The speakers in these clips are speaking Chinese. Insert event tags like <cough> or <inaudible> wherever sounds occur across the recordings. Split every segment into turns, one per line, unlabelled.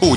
不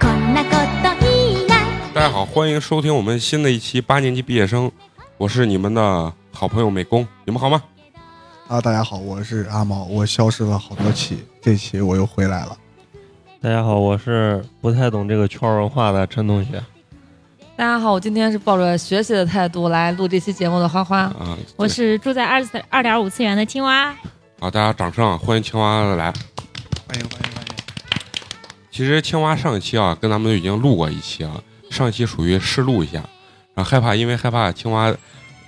こんなこといいな
大家好，欢迎收听我们新的一期八年级毕业生，我是你们的好朋友美工，你们好吗？
啊，大家好，我是阿毛，我消失了好多期，这期我又回来了。
大家好，我是不太懂这个圈文化的陈同学。
大家好，我今天是抱着学习的态度来录这期节目的花花。
啊，
我是住在二次二点五次元的青蛙，
啊，大家掌声啊，欢迎青蛙的来。
欢迎欢迎欢迎！
其实青蛙上一期啊，跟咱们已经录过一期啊，上一期属于试录一下，然后害怕，因为害怕青蛙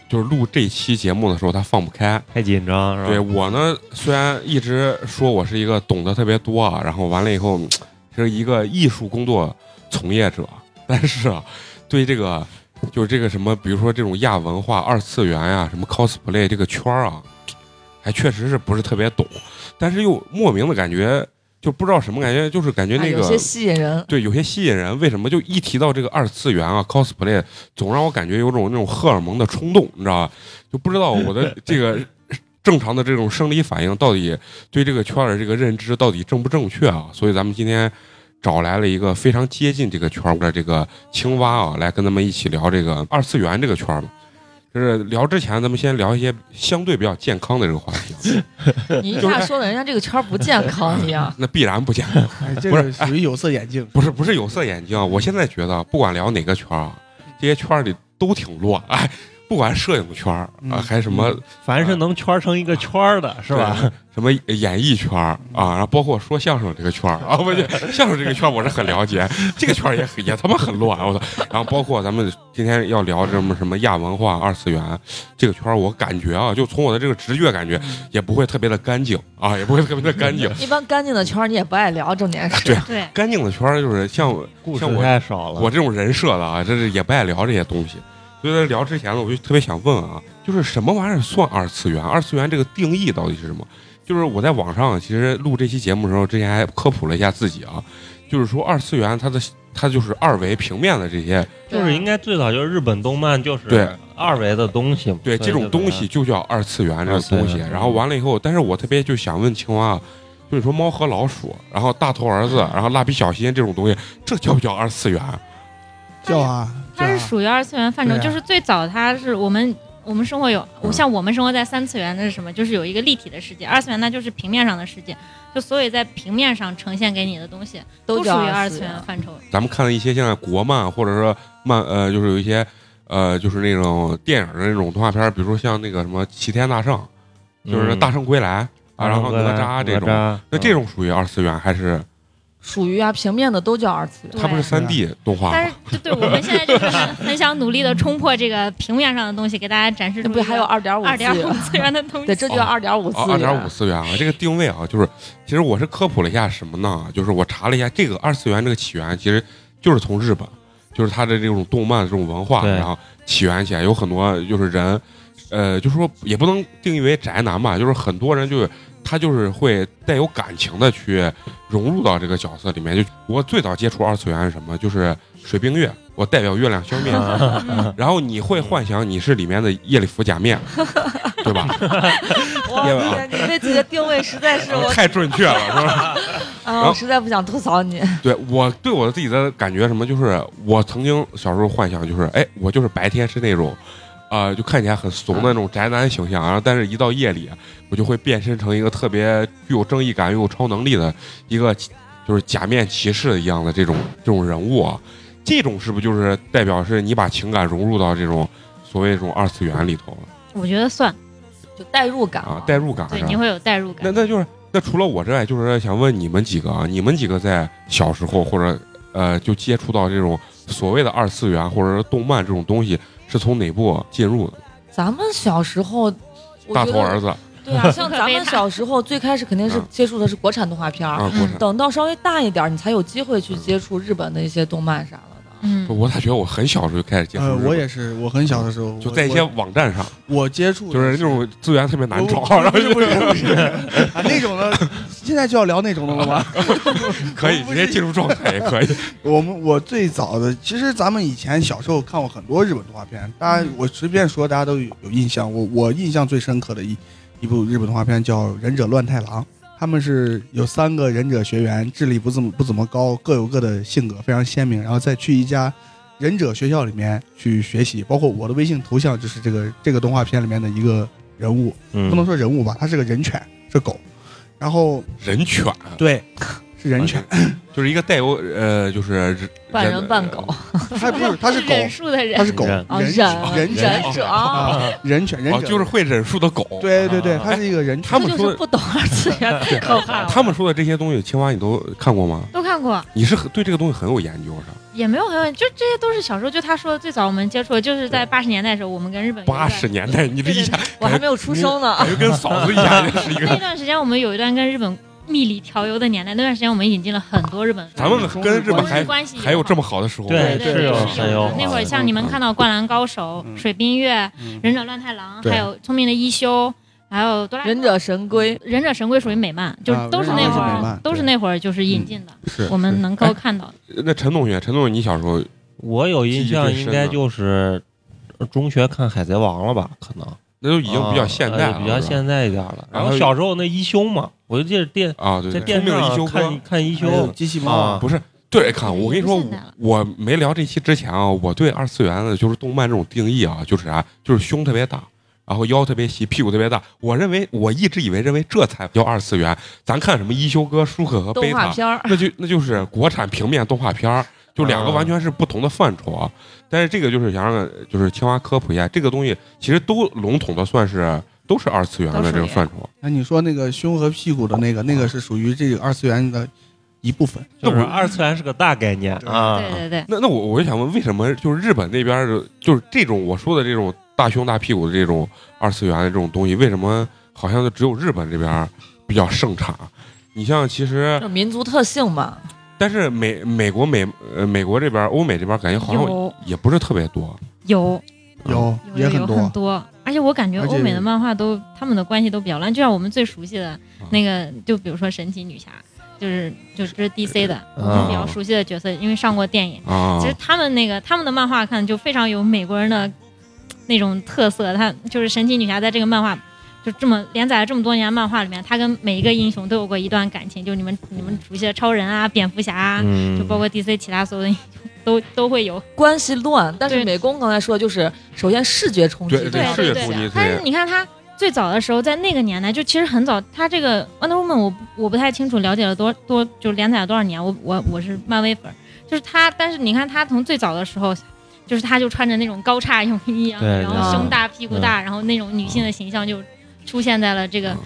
就是录这期节目的时候他放不开。
太紧张
对
是吧？
我呢，虽然一直说我是一个懂得特别多啊，然后完了以后是一个艺术工作从业者，但是啊，对这个就是这个什么，比如说这种亚文化、二次元呀、什么 cosplay 这个圈儿啊，还确实是不是特别懂，但是又莫名的感觉就不知道什么感觉，就是感觉
啊
那个、
有些吸引人，
对，有些吸引人。为什么就一提到这个二次元啊，cosplay，总让我感觉有种那种荷尔蒙的冲动，你知道吧？就不知道我的这个正常的这种生理反应到底对这个圈儿的这个认知到底正不正确啊？所以咱们今天找来了一个非常接近这个圈儿的这个青蛙啊，来跟咱们一起聊这个二次元这个圈儿嘛。就是聊之前，咱们先聊一些相对比较健康的这个话题啊，。
你一下说的人家这个圈儿不健康一样
<laughs> 那必然不健康。
哎，这
不
个
是
属于有色眼镜，
不是不是有色眼镜啊，我现在觉得不管聊哪个圈儿啊，这些圈儿里都挺乱，哎，不管摄影圈儿
嗯
啊，还什么
凡是能圈成一个圈儿
啊
的，是吧？
什么演艺圈儿
嗯
啊，然后包括说相声这个圈儿啊，不是 <laughs> 相声这个圈儿我是很了解，这个圈儿也很也他妈很乱，我操！然后包括咱们今天要聊什么什么亚文化、二次元这个圈儿，我感觉啊，就从我的这个直觉感觉，
嗯
也不会特别的干净啊，也不会特别的干
<laughs>
净。
一般干净的圈儿你也不爱聊，重点是。
对
对，
干净的圈儿就是像
故
像
事
我
太少了。
我这种人设的啊，这是也不爱聊这些东西。所以在聊之前呢，我就特别想问啊，就是什么玩意儿算二次元？二次元这个定义到底是什么？就是我在网上啊其实录这期节目的时候，之前还科普了一下自己啊，就是说二次元它的它就是二维平面的这些，
啊
啊
就是应该最早就是日本动漫就是
对
二维的东西嘛。
对
所
这
以
种东西就叫二次元这个东
二
西。
次元
然后完了以后，但是我特别就想问青蛙啊，就是说猫和老鼠，然后大头儿子，然后蜡笔小新这种东西，这叫不叫二次元？啊
叫啊，
哎
<laughs>
它是
叫啊
属于二次元范畴，
对啊
就是最早它是我们我们生活有，
嗯
我像我们生活在三次元那是什么？就是有一个立体的世界，二次元那就是平面上的世界，就所有在平面上呈现给你的东西
都
属
叫
于二
次
元范畴。
咱们看了一些现在国漫，或者说漫呃，就是有一些呃，就是那种电影的那种动画片儿，比如说像那个什么《齐天大圣》，就是嗯
嗯
《大圣归来》啊，然后哪吒这种，
种
那这种属于二次元还是
属于啊平面的都叫二次元。
它不是三 D 动画
但
吗
是？，就对啊我们现在就是很很想努力的冲破这个平面上的东西，给大家展示
那
出
不还有二点五
二
次
点五
元？啊
次元的东西
对，。这就叫
哦
二点五次
啊，
元。
二点五次元啊，这个定位啊，就是其实我是科普了一下什么呢？就是我查了一下这个二次元这个起源，其实就是从日本，就是它的这种动漫这种文化，
对
然后起源起来，有很多就是人，呃，就说也不能定义为宅男吧，就是很多人就是他就是会带有感情的去融入到这个角色里面。就我最早接触二次元是什么？就是水冰月，我代表月亮消灭。
嗯
然后你会幻想你是里面的夜里服假面，对吧？
哇
夜晚啊
你这几个定位实在
<laughs>
是我
太准确了，是吧？
啊，我实在不想吐槽你。
对我对我自己的感觉什么，就是我曾经小时候幻想就是，哎，我就是白天是那种，呃，就看起来很怂的那种宅男形象，然后但是一到夜里，我就会变身成一个特别具有正义感又有超能力的一个，就是假面骑士一样的这种这种人物啊，这种是不是就是代表是你把情感融入到这种所谓这种二次元里头了
我觉得算，
就代入感
啊，代入感
哦对，
上
你会有代入
那
感。
那就是那除了我之外，就是想问你们几个啊，你们几个在小时候或者呃就接触到这种所谓的二次元或者是动漫这种东西，是从哪部进入的？
咱们小时候我
大
觉
头儿
得
子
对 <laughs> 啊，像
可
咱
悲
们
大
小时候最开始肯定是
嗯
接触的是国产动画片儿，
啊，国产。
等到稍微大一点儿，你才有机会去接触日本的一些动漫啥了的。
嗯，
我咋觉得我很小时候就开始接触日
呃，
本，
我也是，我很小的时候
就在一些
我
网站上，
我我接触的
就是那种资源特别难找，
我
然
不
后
是不是
<laughs>
不是啊，那种的，现在就要聊那种的了吗？
可以直接进入状态也
<laughs>
可以。
我们我最早的，其实咱们以前小时候看过很多日本动画片，大家我随便说，大家都有有印象。我我印象最深刻的一一部日本动画片叫《忍者乱太郎》，他们是有三个忍者学员，智力不怎么不怎么高，各有各的性格非常鲜明，然后再去一家忍者学校里面去学习。包括我的微信头像就是这个这个动画片里面的一个人物，
嗯，
不能说人物吧，它是个人犬，是狗。然后
人犬啊
对， <laughs> 是人犬， <laughs>
就是一个带有呃，就是人呃
半人半狗，
它不是它是狗，
忍术的
它
人，
是狗，
忍
啊，
人
忍
人犬
忍者啊，
人犬，人
哦，
犬
就是会忍术的狗。
对对对，
啊
它是一个人犬。
他们
这就
说
是
的
不懂二次元，太可怕了。
他们说的这些东西，青蛙你都看过吗？
都看过，
你是很对这个东西很有研究是吧？
也没有很有，就这些都是小时候就他说的最早我们接触的，就是在八十年代的时候，我们跟日本有一段
八十年
<laughs>
代，你这一下
我还没有出生呢，
感觉跟嫂子一样，这是一
那
个。
段时间我们有一段跟日本密里调油的年代，那段时间我们引进了很多日本，
咱们跟日本还
关系友好
还有这么好的时候吗？
对
对
是有
有
很有
哦
的那会儿像你们看到《灌篮高手》
嗯
水冰月》
嗯
《忍者乱太郎》，
对
还有《聪明的一休》，还有《哆啦 A
<laughs> 忍
梦》。
者神龟，
忍者神龟属于美
啊
漫，就是都是那会
忍者神龟是
美
儿
漫，
都是
对
那会儿就是引进的，
嗯
是
我们能
哎
够看到的。
那陈同学，陈同学，你小时候
我有印象应该就是中学看《海贼王》了吧？可能
那都已经比较现代了，
啊比较
是吧
现代一点了。
然
然
后
后小时候那一休嘛，我就记得电
啊，对
在
对，
电视
聪明一
上
休
看
哥，哎
看一休
还，有机器猫
啊
不是对，看我跟你说
现代了，
我没聊这期之前啊，我对二次元的就是动漫这种定义啊，就是啥、就是胸特别大。然后腰特别细，屁股特别大。我认为，我一直以为认为这才叫二次元。咱看什么一休哥、舒克和贝
动画
塔，
片儿，
那就那就是国产平面动画片儿，就两个
啊
完全是不同的范畴啊。但是这个就是想让就是青蛙科普一下，这个东西其实都笼统的算是都是二次元的这个范畴。
那你说那个胸和屁股的那个，那个是属于这个二次元的一部分。
就是二次元是个大概念啊。
对对对，
那那我我就想问，为什么就是日本那边儿的，就是这种我说的这种大胸大屁股的这种二次元的这种东西，为什么好像就只有日本这边儿比较盛产？啊你像其实，
嗯
就民族特性嘛，
但是美美国美呃美国这边儿欧美这边儿感觉好像
有
也不是特别多，
有
嗯
有
有
也
有有
多
很，多，而且我感觉
而且
欧美的漫画都他们的关系都比较烂，就像我们最熟悉
啊
的那个，就比如说神奇女侠，就是就是这是 DC
啊
的，我们比较熟悉的角色，因为上过电影。
啊
其实他们那个他们的漫画看就非常有美国人的那种特色，他就是神奇女侠在这个漫画。就这么连载了这么多年，漫画里面，他跟每一个英雄都有过一段感情，就你们你们熟悉的超人啊、蝙蝠侠啊，
嗯
就包括 DC 其他所有的英雄都都会有。
关系乱。但是
对
美工刚才说的就是，首先视觉冲击
对
这个
视
对
觉
对
冲击
但是
对。
你看他最早的时候，在那个年代，就其实很早，他这个 Wonder Woman 我不我不太清楚了解了多多，就连载了多少年。我我我是漫威粉儿，就是他，但是你看他从最早的时候。就是他，就穿着那种高叉泳衣啊，
对
然后
对
胸大屁股大，然后那种女性的形象就出现在了这个、
嗯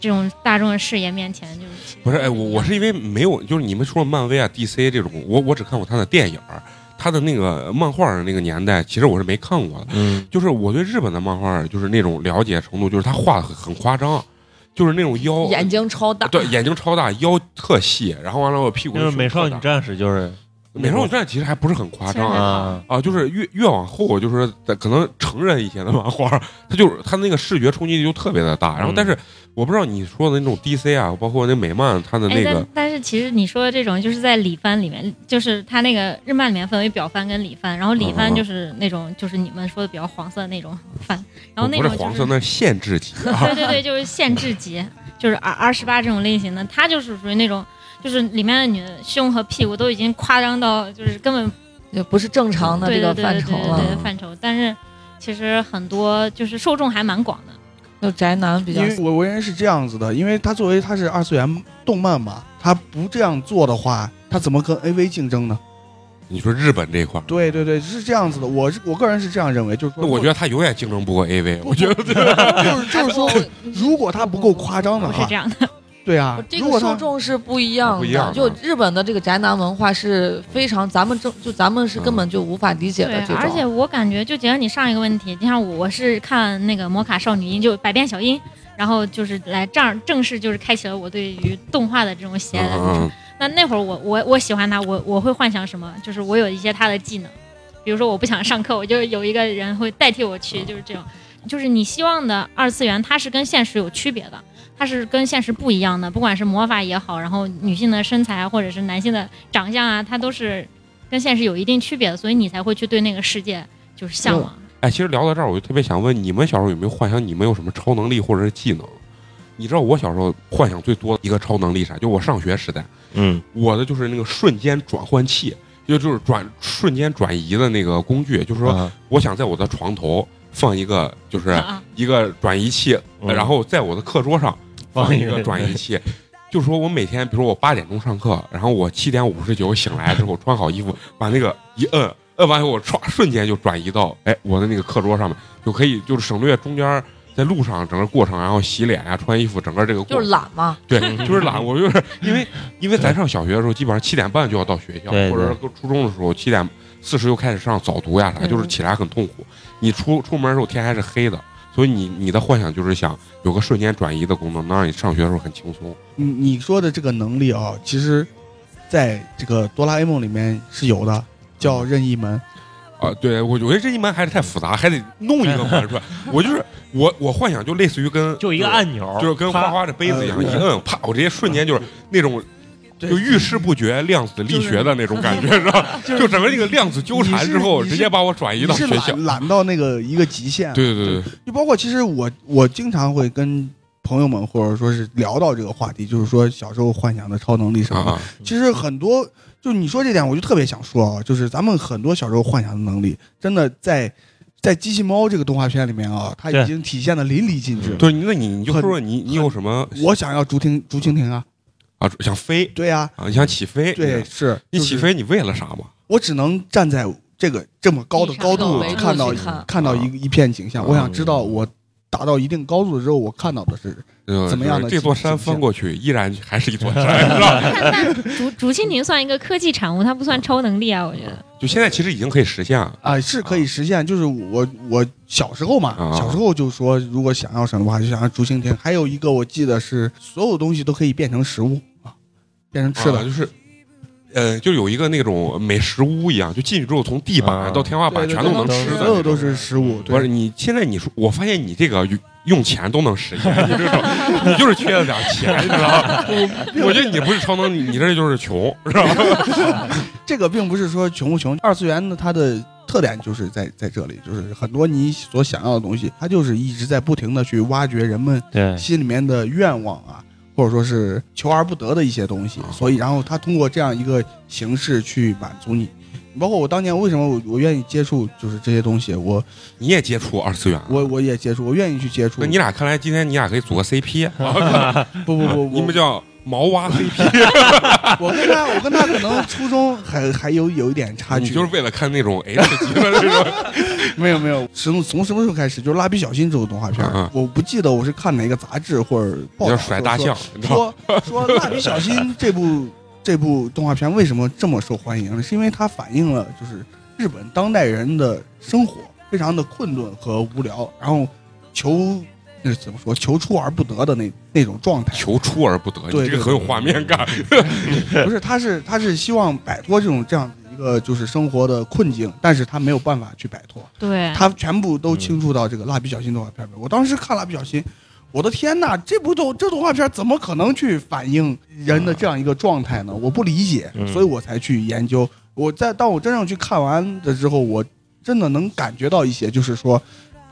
这种大众的视野面前，就是其实
不是，哎，我我是因为没有，就是你们说漫威啊、DC 这种，我我只看过他的电影儿，他的那个漫画的那个年代，其实我是没看过的。
嗯，
就是我对日本的漫画就是那种了解程度，就是他画的很很夸张，就是那种腰
眼睛超大，
对眼睛超大，腰特细，然后完了我屁股
就是
胸
美少
特
女
大
战士就是
美少女战士其实还不是很夸张啊。
啊，
啊，就是越越往后，就是在可能成人一些的漫画， <laughs> 它就是它那个视觉冲击力就特别的大。然后，
嗯
但是我不知道你说的那种 DC 啊，包括那美漫，它的
哎
那，个
但但是其实你说的这种，就是在里番里面，就是它那个日漫里面分为表番跟里番，然后里
嗯
番就是那种、就是你们说的比较黄色的那种番，然后那
哦不是
种
黄
就
色，
是
那是限制级啊。
<laughs> 对
<laughs>
对对，就是限制级，就是 R 二十八这种类型的，它就是属于那种。就是里面的女的胸和屁股都已经夸张到，就是根本
就不是正常的
对
这
对
个
对
范
对对
畴
对
了
对。范畴，但是其实很多就是受众还蛮广的。
就宅男比较
因为我为人是这样子的，因为它作为它是二次元动漫嘛，它不这样做的话，它怎么跟 AV 竞争呢？
你说日本这一块儿，
对对对，是这样子的。我是我个人是这样认为，就是说，
那我觉得它永远竞争不过 AV。我觉得
得 <laughs> 就是就是说，
不
如果它不够夸张的
不是
话
这，样的，
对啊，
这
如
个
果
受
他
众是不一样
不一样
的，
的
就日本的这个宅男文化是非常咱们正就咱们是
嗯
根本就无法理解
对
的这，种。
而且我感觉，就结合你上一个问题，你像我是看那个《魔卡少女樱》，就百变小樱，然后就是来这样正式就是开启了我对于动画的这种喜爱的历程。
嗯
那那会儿我我我喜欢他，我我会幻想什么？就是我有一些他的技能，比如说我不想上课，我就有一个人会代替我去，就是这种，就是你希望的二次元，它是跟现实有区别的，它是跟现实不一样的，不管是魔法也好，然后女性的身材啊或者是男性的长相啊，它都是跟现实有一定区别的，所以你才会去对那个世界就是向往。
哎，其实聊到这儿，我就特别想问你们小时候有没有幻想你们有什么超能力或者是技能？你知道我小时候幻想最多的一个超能力是啥？就我上学时代，
嗯，
我的就是那个瞬间转换器，就就是转瞬间转移的那个工具，就是说
啊
我想在我的床头放一个，就是
啊，
一个转移器，
嗯
然后在我的课桌上放
放
一
一
个
个
转移器。就说我每天，比如说我八点钟上课，然后我七点五十九醒来之后，穿好衣服，把那个一摁，摁完以后我唰瞬间就转移到哎我的那个课桌上面，就可以就是省略中间在路上整个过程，然后洗脸呀、穿衣服，整个这个过
就是
程。
懒嘛，
对，
嗯 <laughs>
就是懒，我就是因为因为咱上小学的时候，基本上七点半就要到学校，
对对
或者是初中的时候七点四十又开始上早读呀啥，
嗯
就是起来很痛苦。你出出门的时候天还是黑的，所以你你的幻想就是想有个瞬间转移的功能，能让你上学的时候很轻松。
你你说的这个能力啊，其实在这个哆啦 A 梦里面是有的，叫任意门。
啊，对我我觉得这一门还是太复杂，还得弄一
<laughs>
个玩出来。我就是我我幻想就类似于跟
就一个，按钮，
就是跟花花这杯子一样，
嗯
一摁啪，我直接瞬间就是那种。
对
就遇事不决，量子力学的那种感觉，是
<laughs>
吧？就整个这个量子纠缠之后，
你是
直接把我转移
你
到
是
嗯学校。
懒懒到那个一个极限。
对对对对，
就包括其实我我经常会跟朋友们或者说是聊到这个话题，就是说小时候幻想的超能力什么的。
啊啊，
其实很多就你说这点，我就特别想说啊，就是咱们很多小时候幻想的能力，真的在在机器猫这个动画片里面啊，它
对
已经体现的淋漓尽致。
嗯对，那你你就说
很
说你你有什么
我想要竹蜻竹蜻蜓啊，
啊？想飞
对啊，
啊？你想起飞？
对，，是
你
就
起
是
飞你为了啥嘛？
我只能站在这个这么高的高
这个
度
维度
看到
去看
看到一一片景象。
嗯
我想知道我达到一定高度之后，我看到的是
呃
怎么样的
就是这座
景
山
象
翻过去，依然还是一座
<laughs>
山，是吧？
但 <laughs> 但竹竹蜻蜓算一个科技产物，它不算超能力啊，我觉得。
就现在其实已经可以实现了。
啊、是可以实现。就是我我小时候嘛，
啊
小时候就说如果想要什么的话，就想要竹蜻蜓。还有一个我记得是所有东西都可以变成食物啊，变成吃
啊
的。
就是，呃，就有一个那种美食屋一样，就进去之后从地板
啊
到天花板
对对
全
对
都能
对
吃
对
的
所有
那种。
都是食物，
不是
对，
你现在你说，我发现你这个用钱都能实现，就这种，你就是缺了点钱，你知道吧？我觉得你 <laughs> 不是超能力，你这就是穷，是吧？
这个并不是说穷不穷，二次元的它的特点就是在在这里，就是很多你所想要的东西，它就是一直在不停的去挖掘人们
对，
心里面的愿望啊，或者说是求而不得的一些东西，
啊
所以然后他通过这样一个形式去满足你。包括我当年为什么我我愿意接触就是这些东西，我
你也接触二次元啊，
我我也接触，我愿意去接触。
那你俩看来今天你俩可以组个 CP，
不不不，
你
我
们叫毛娃 CP，
我跟他我跟他可能初中
<laughs>
还还有有一点差距。
你就是为了看那种 H 级的那种，
没有没有，从从什么时候开始就是《蜡笔小新》这种动画片儿，
嗯嗯
我不记得我是看哪个杂志或者
你
报
叫
道
甩大象，你知道吗？
说说《蜡笔小新》
<laughs>
这部这部动画片为什么这么受欢迎呢？是因为它反映了就是日本当代人的生活非常的困顿和无聊，然后求那是怎么说求出而不得的那那种状态。
求出而不得，你
对
这个
对
很有画面感。
不是，他是他是希望摆脱这种这样的一个就是生活的困境，但是他没有办法去摆脱。
对，
他全部都倾注到这个《蜡笔小新》动画片里。我当时看《蜡笔小新》，我的天呐，这部动这动画片怎么可能去反映人的这样一个状态呢？我不理解，
嗯
所以我才去研究。我在当我真正去看完了之后，我真的能感觉到一些，就是说。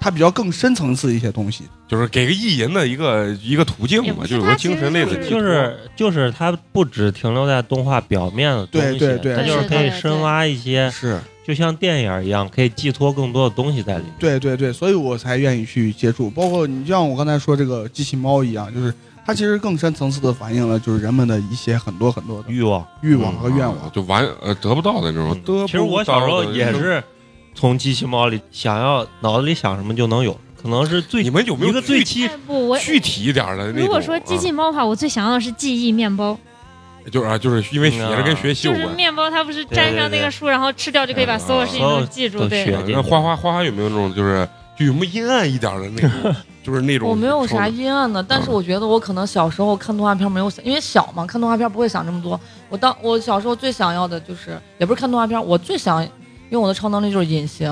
它比较更深层次的一些东西，
就是给个意淫的一个一个途径
也
嘛，
不是
就有个精神类的寄托
就是就是它不只停留在动画表面的东西，
对对对
它就是可以深挖一些，
是
就像电影一样，可以寄托更多的东西在里面。
对对对，所以我才愿意去接触。包括你像我刚才说这个机器猫一样，就是它其实更深层次的反映了就是人们的一些很多很多的
欲望嗯
欲望和愿
啊
望。嗯
就完呃得不到的那种。得不到
其实我小时候
的
也是从机器猫里想要脑子里想什么就能有什么，可能是最
你们有没有
一个最
具
期
哎不，我
具体一点的那种？
如果说
啊
机器猫的话，我最想要的是记忆面包，
啊就是啊，就是因为也是跟学习有
就是
关。
面包它不是
对
粘上
啊对
那个
对
书，然后吃掉就可以把所有事情都记
所
住。
有都
对
学，
啊那花花花花有没有那种就是就有没有阴暗一点的那
<laughs>
种？就是那种
我没有
冲嗯
啥阴暗的，但是我觉得我可能小时候看动画片没有想，因为小嘛，看动画片不会想这么多。我当我小时候最想要的就是，也不是看动画片，我最想用我的超能力就是隐形，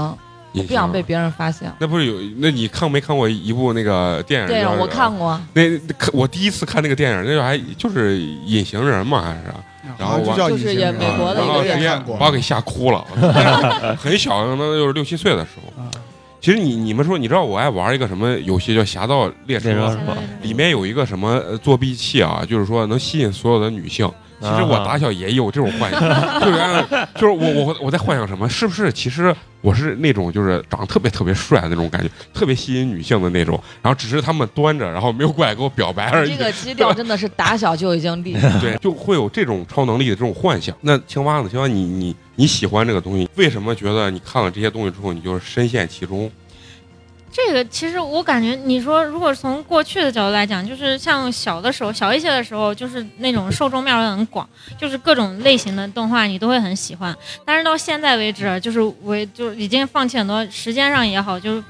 印
不想
象
被别人发现。
那不是有？那你看没看过一部那个电影？
对啊
叫，
我看过，
那那看我第一次看那个电影，那时候还就是隐形人嘛，还是啥？然后
好像就叫
就
隐
是
形
也
人
美国的
然
一
后
个
直
电
也
影
接
看过
把我给吓哭了，
<laughs>
很小，可能就是六七岁的时候。
嗯
啊
其实你你们说，你知道我爱玩一个什么游戏叫《侠盗猎车
那》个
吗
什
对
么
对，对
里面有一个什么呃作弊器啊，就是说能吸引所有的女性。其实我打小也有这种幻想，就是按就是我我我在幻想什么？是不是其实我是那种就是长得特别特别帅的那种感觉，特别吸引女性的那种，然后只是他们端着，然后没有过来给我表白而
这
已。
个基调真的是打小就已经
<laughs>
立。
对，就会有这种超能力的这种幻想。那青蛙呢？青蛙你，你你喜欢这个东西，为什么觉得你看了这些东西之后，你就是深陷其中？
这个其实我感觉，你说如果从过去的角度来讲，就是像小的时候，小一些的时候，就是那种受众面儿很广，就是各种类型的动画你都会很喜欢。但是到现在为止，就是我就是已经放弃很多时间上也好，就是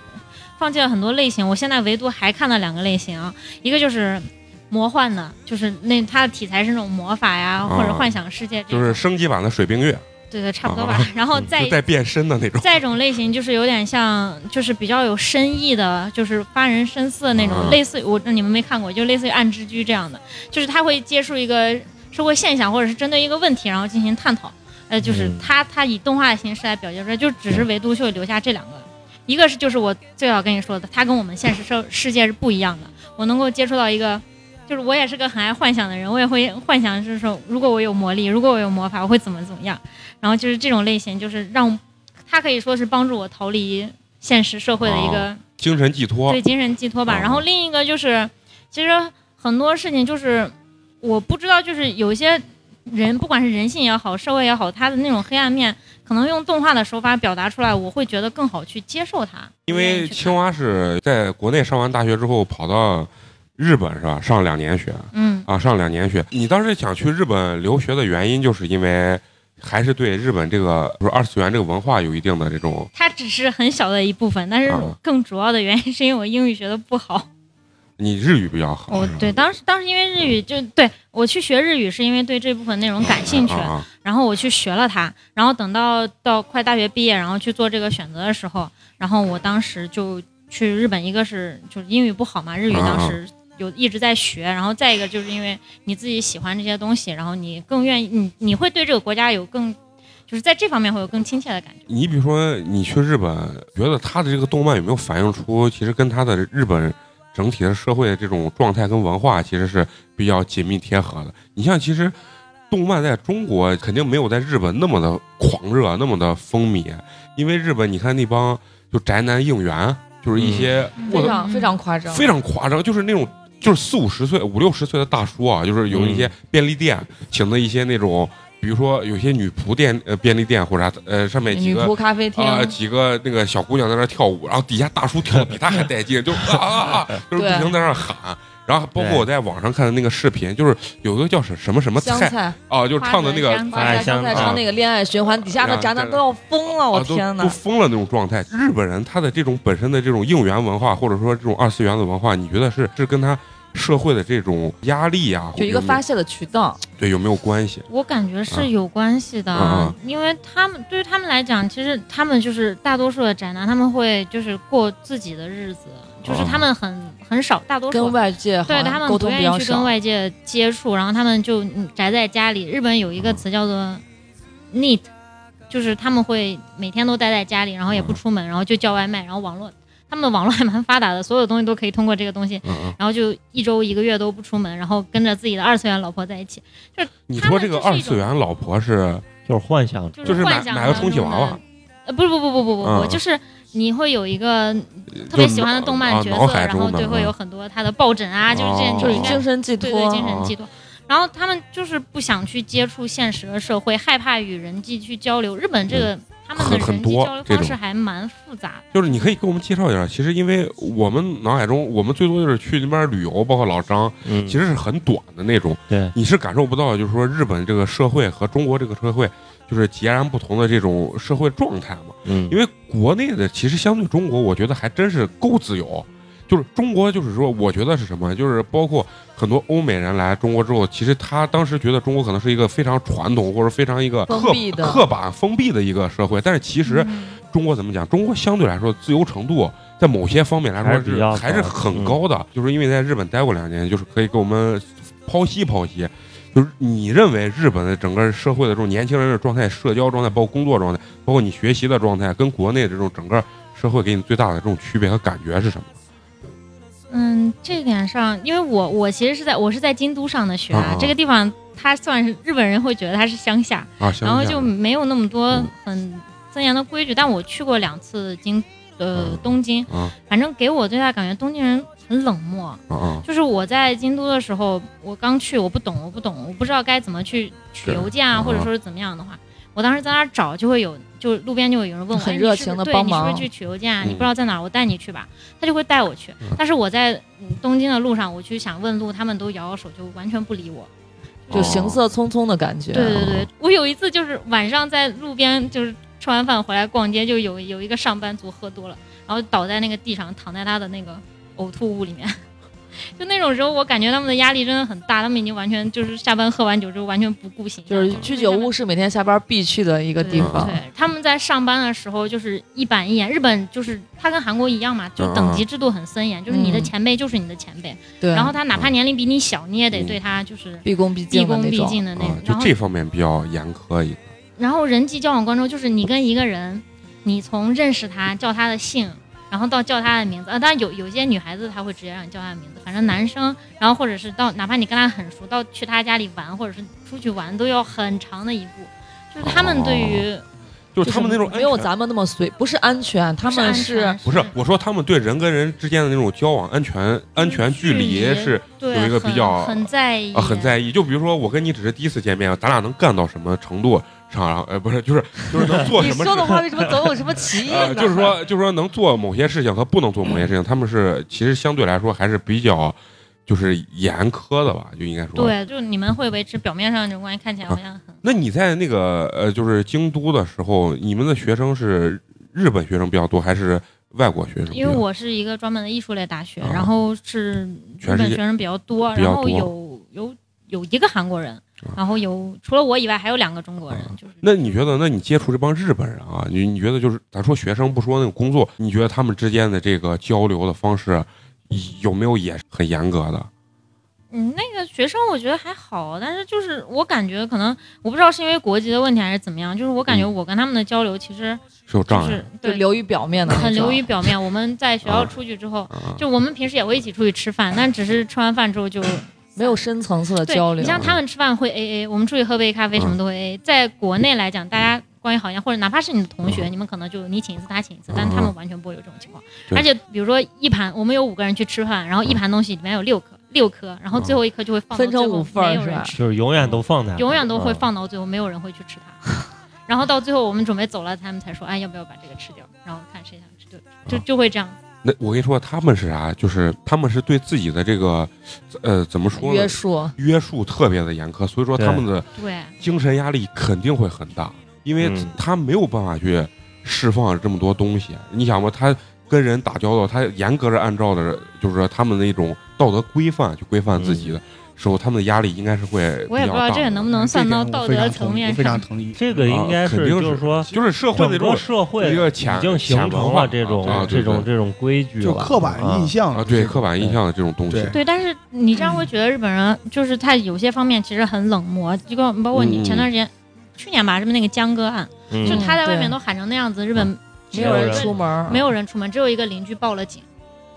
放弃了很多类型。我现在唯独还看了两个类型，啊，一个就是魔幻的，就是那它的题材是那种魔法呀，或者幻想世界这
啊就是
种，
升级版的水冰月，
对对，差不多吧。
啊
然后再
就带变身的那种。
再一种类型就是有点像，就是比较有深意的，就是发人深思的那种，
嗯
类似于我你们没看过，就类似于《暗之居》这样的，就是他会接触一个社会现象，或者是针对一个问题，然后进行探讨。呃，就是
嗯
他他以动画的形式来表现出来，就只是唯独就留下这两个，一个是就是我最早跟你说的，它跟我们现实社世界是不一样的，我能够接触到一个。就是我也是个很爱幻想的人，我也会幻想，就是说，如果我有魔力，如果我有魔法，我会怎么怎么样。然后就是这种类型，就是让它可以说是帮助我逃离现实社会的一个、
精神寄托
对，精神寄托吧。
哦
然后另一个就是，其实很多事情就是我不知道，就是有一些人，不管是人性也好，社会也好，他的那种黑暗面，可能用动画的手法表达出来，我会觉得更好去接受它。
因为青蛙是在国内上完大学之后跑到日本是吧？上两年学
嗯，
啊，上两年学。你当时想去日本留学的原因，就是因为还是对日本这个就是二次元这个文化有一定的这种
它只是很小的一部分，但是
啊
更主要的原因是因为我英语学的不好。
你日语比较好。
哦
是吧，
对，当时当时因为日语就对我去学日语是因为对这部分内容感兴趣，
啊啊
然后我去学了它，然后等到到快大学毕业，然后去做这个选择的时候，然后我当时就去日本，一个是就是英语不好嘛，日语
啊
当时有一直在学，然后再一个就是因为你自己喜欢这些东西，然后你更愿意你你会对这个国家有更就是在这方面会有更亲切的感觉。
你比如说，你去日本，觉得他的这个动漫有没有反映出，其实跟他的日本整体的社会的这种状态跟文化，其实是比较紧密贴合的。你像，其实动漫在中国肯定没有在日本那么的狂热，那么的风靡，因为日本你看那帮就宅男应援，就是一些、我
非
的
常非常夸张，
非常夸张，就是那种就是四五十岁、五六十岁的大叔啊，就是有一些便利店请的一些那种，比如说有些女仆店呃便利店或者啥呃上面几
女
个
仆咖啡厅，
啊，几个那个小姑娘在那儿跳舞，然后底下大叔跳的比她还带劲，就啊啊啊，就是不
对
停在那儿喊。然后包括我在网上看的那个视频，就是有一个叫什什么什么
香
菜
菜，
啊，就是唱的那个
花泽
花
香菜
菜香菜唱那个恋爱循环，底下的
啊
宅男都要疯了，我
啊都
哦天
都
哪！
疯了那种状态。日本人他的这种本身的这种应援文化，或者说这种二次元的文化，你觉得是是跟他社会的这种压力啊，
就一
或者有
个
没有
发泄的渠道，
对有没有关系？
我感觉是有关系的，
啊
因为他们对于他们来讲，其实他们就是大多数的宅男，他们会就是过自己的日子，就是
啊
他们很、很少，大多
跟
数。
外界好
对
像
他们
沟
不
通比
愿
较
意去跟
少。
外界接触，然后他们就嗯宅在家里。日本有
啊
一个词叫做 “neat”，就是他们会每天都待在家里，然后也不出
啊
门，然后就叫外卖，然后网络他们的网络还蛮发达的，所有东西都可以通过这个东西，
嗯嗯，
然后就一周一个月都不出门，然后跟着自己的二次元老婆在一起，
你说这个
他
二
们就是
次
一种
元老婆是
就是幻想，
就
就是
是
买
幻想
买个
当
充气
中
娃
的
娃，
呃，不是不不不不不不，
嗯呃
就是你会有一个特
就
别喜欢的动漫
啊
角
脑
色，
海
然后
中的
对会有很多他的抱枕啊，就是这
哦啊
就
就是应该
精神寄
对对
托，
精神寄托。然后他们就是不想去接触现实的社会，害怕与人际去交流。日本这个他们
嗯
的
很很
人际
多
交流
这
方式
种
还蛮复杂的。
就是你可以给我们介绍一下，其实因为我们脑海中，我们最多就是去那边旅游，包括老张，
嗯，
其实是很短的那种，
对，
你是感受不到，就是说日本这个社会和中国这个社会就是截然不同的这种社会状态嘛。
嗯，
因为国内的其实相对中国，我觉得还真是够自由。就是中国，就是说，我觉得是什么？就是包括很多欧美人来中国之后，其实他当时觉得中国可能是一个非常传统或者非常一个
封
刻
闭的
刻板封闭的一个社会，但是其实
嗯
中国怎么讲？中国相对来说自由程度在某些方面来说
还是比较高嗯
还是很高的，就是因为在日本待过两年，就是可以给我们剖析剖析。就是你认为日本的整个社会的这种年轻人的状态、社交状态，包括工作状态，包括你学习的状态，跟国内的这种整个社会给你最大的这种区别和感觉是什么？
嗯，这点上，因为我我其实是在我是在京都上的学
啊啊
这个地方它算是日本人会觉得它是乡下，
啊，相
然后
比
就
较
没有那么多
嗯
很森严的规矩。但我去过两次京，呃，
嗯
东京，
啊
反正给我最大感觉，东京人很冷漠。
啊啊，
就是我在京都的时候，我刚去，我不懂，我不懂，我不知道该怎么去取
对
邮件啊，
嗯
或者说是怎么样的话，我当时在那儿找，就会有，就路边就有人问我，
很
哎
热
你是不
情
是
地
对
帮
你是
忙
不是去取邮件啊？
嗯
你不知道在哪儿，我带你去吧。他就会带我去
嗯，
但是我在嗯东京的路上，我去想问路，他们都摇摇手，就完全不理我。
就行色匆匆的感觉。
对对对，我有一次就是晚上在路边，就是吃完饭回来逛街，就有有一个上班族喝多了，然后倒在那个地上，躺在他的那个呕吐物里面。 <laughs> 就那种时候，我感觉他们的压力真的很大，他们已经完全就是下班喝完酒之后完全不顾形象，
就是居酒屋是每天下班必去的一个地
吧
方
对，，对他们在上班的时候就是一板一眼。日本就是它跟韩国一样嘛，就等级制度很森严，就是你的
嗯
前辈就是你的前辈，
对，
然后他哪怕年龄比你小，你也得
嗯
对他就是
毕恭毕
毕
敬的
恭
那
毕
种。嗯
敬的那种
啊。，就
然后
这方面比较严苛一点。
然后人际交往过程中，就是你跟一个人，你从认识他叫他的姓，然后到叫他的名字啊，当然有有些女孩子她会直接让你叫他的名字，反正男生，然后或者是到哪怕你跟他很熟，到去他家里玩或者是出去玩都要很长的一步，就是他们对
哦
于
就是他们那种
没有
安全
咱们那么随，不是安全，他们是
安全
不是我说他们对人跟人之间的那种交往安全安全距离
距离
是
对
有一个比较
很很在意
啊，很在意。就比如说，我跟你只是第一次见面，咱俩能干到什么程度上？然后，呃，不是，就是就是能做
你
什么
说的
事。
话为什么总有什么歧义
呃，
呢？
就是说，就是说，能做某些事情和不能做某些事情，他们是其实相对来说还是比较，就是严苛的吧，就应该说。。
对，就是你们会维持表面上这种关系，看起来好像很、
那你在那个呃，就是京都的时候，你们的学生是日本学生比较多，还是外国学生比
因
较多？
为我是一个专门的艺术类大学，
啊
然后是日
全世
本
界
学生比较多，
比较
然后
多
有有有一个韩国人，然后有除了我以外还有两个中国人，
啊
就是
那你觉得，那你接触这帮日本人啊，你你觉得就是咱说学生不说那个工作，你觉得他们之间的这个交流的方式有没有也是很严格的？
嗯，那个学生我觉得还好，但是就是我感觉可能我不知道是因为国籍的问题还是怎么样，就是我感觉
嗯
我跟他们的交流其实
是有
就
障碍
是
就
对
流于表面的那种，
很流于表面。我们在学校
啊
出去之后，
啊？
就我们平时也会一起出去吃饭，但只是吃完饭之后就
没有深层次的
对
交流。啊嗯
你像他们吃饭会 A A，我们出去喝杯咖啡什么都会 A A。在国内来讲，大家关系好像或者哪怕是你的同学，
嗯
你们可能就你请一次他请一次
嗯，
但他们完全不会有这种情况。
对
而且比如说一盘，我们有五个人去吃饭，然后一盘东西里面有六颗，六颗，然后最后一颗就会放到
嗯分成
最后
五份儿
没有
是
人
吧
吃，
就是永远都放在那儿，
永远都会
嗯
放到最后，没有人会去吃
<laughs>
它。然后到最后我们准备走了，他们才说，哎，要不要把这个吃掉？然后看谁想吃，就就
啊
就会这样。
那我跟你说，他们是啥？就是他们是对自己的这个呃怎么说呢
约？束，
约束特别的严苛，所以说他们的
对，
精神压力肯定会很大，因为
嗯
他没有办法去释放这么多东西。你想吧，他跟人打交道，他严格着按照的，就是说他们那种道德规范去规范自己
嗯
的时候，他们的压力应该是会比较大的。
我也不知道这个能不能算到道德层面
非常
上。
同意。
这个应该
啊肯
是
定是
就是说
就是社会那
整
种
个社会
一个潜
已经形
潜
成
文
了
化
这种
啊对
这种
对
这种规矩
就
了，嗯
刻板印象
啊，对刻板印象的这种东西啊
对，
对，但是你这样会觉得日本人就是他有些方面其实很冷漠，就跟包括你前段时间、去年吧，什么那个江歌案，
嗯，
就
嗯
他在外
对
面都喊成那样子，日本
没
没
有
有
人
人
出门，
没有人出门，只有一个邻居报了警，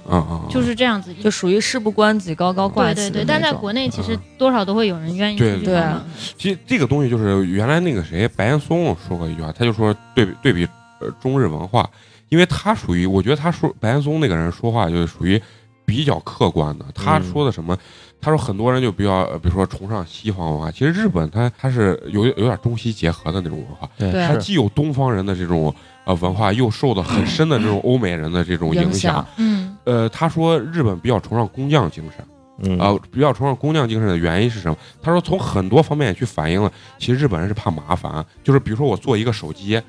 啊啊，啊
就是这样子。
就属于事不关己高高挂
对
起
对对，
的那
但在
种
国内其实多少都会有人愿意
对
去
对
帮忙
其实这个东西就是原来那个谁白岩松说过一句话，他就说对比对比呃中日文化，因为他属于我觉得他说白岩松那个人说话就是属于比较客观的。他说的什么？他说很多人就比较，呃比如说崇尚西方文化，其实日本它它是有有点中西结合的那种文化，
对
对
它
是
既有东方人的这种呃文化，又受到很深的这种欧美人的这种影
影响
响。
嗯
呃，他说日本比较崇尚工匠精神。
嗯
啊、比较崇尚工匠精神的原因是什么？他说从很多方面也去反映了，其实日本人是怕麻烦，就是比如说我做一个手机，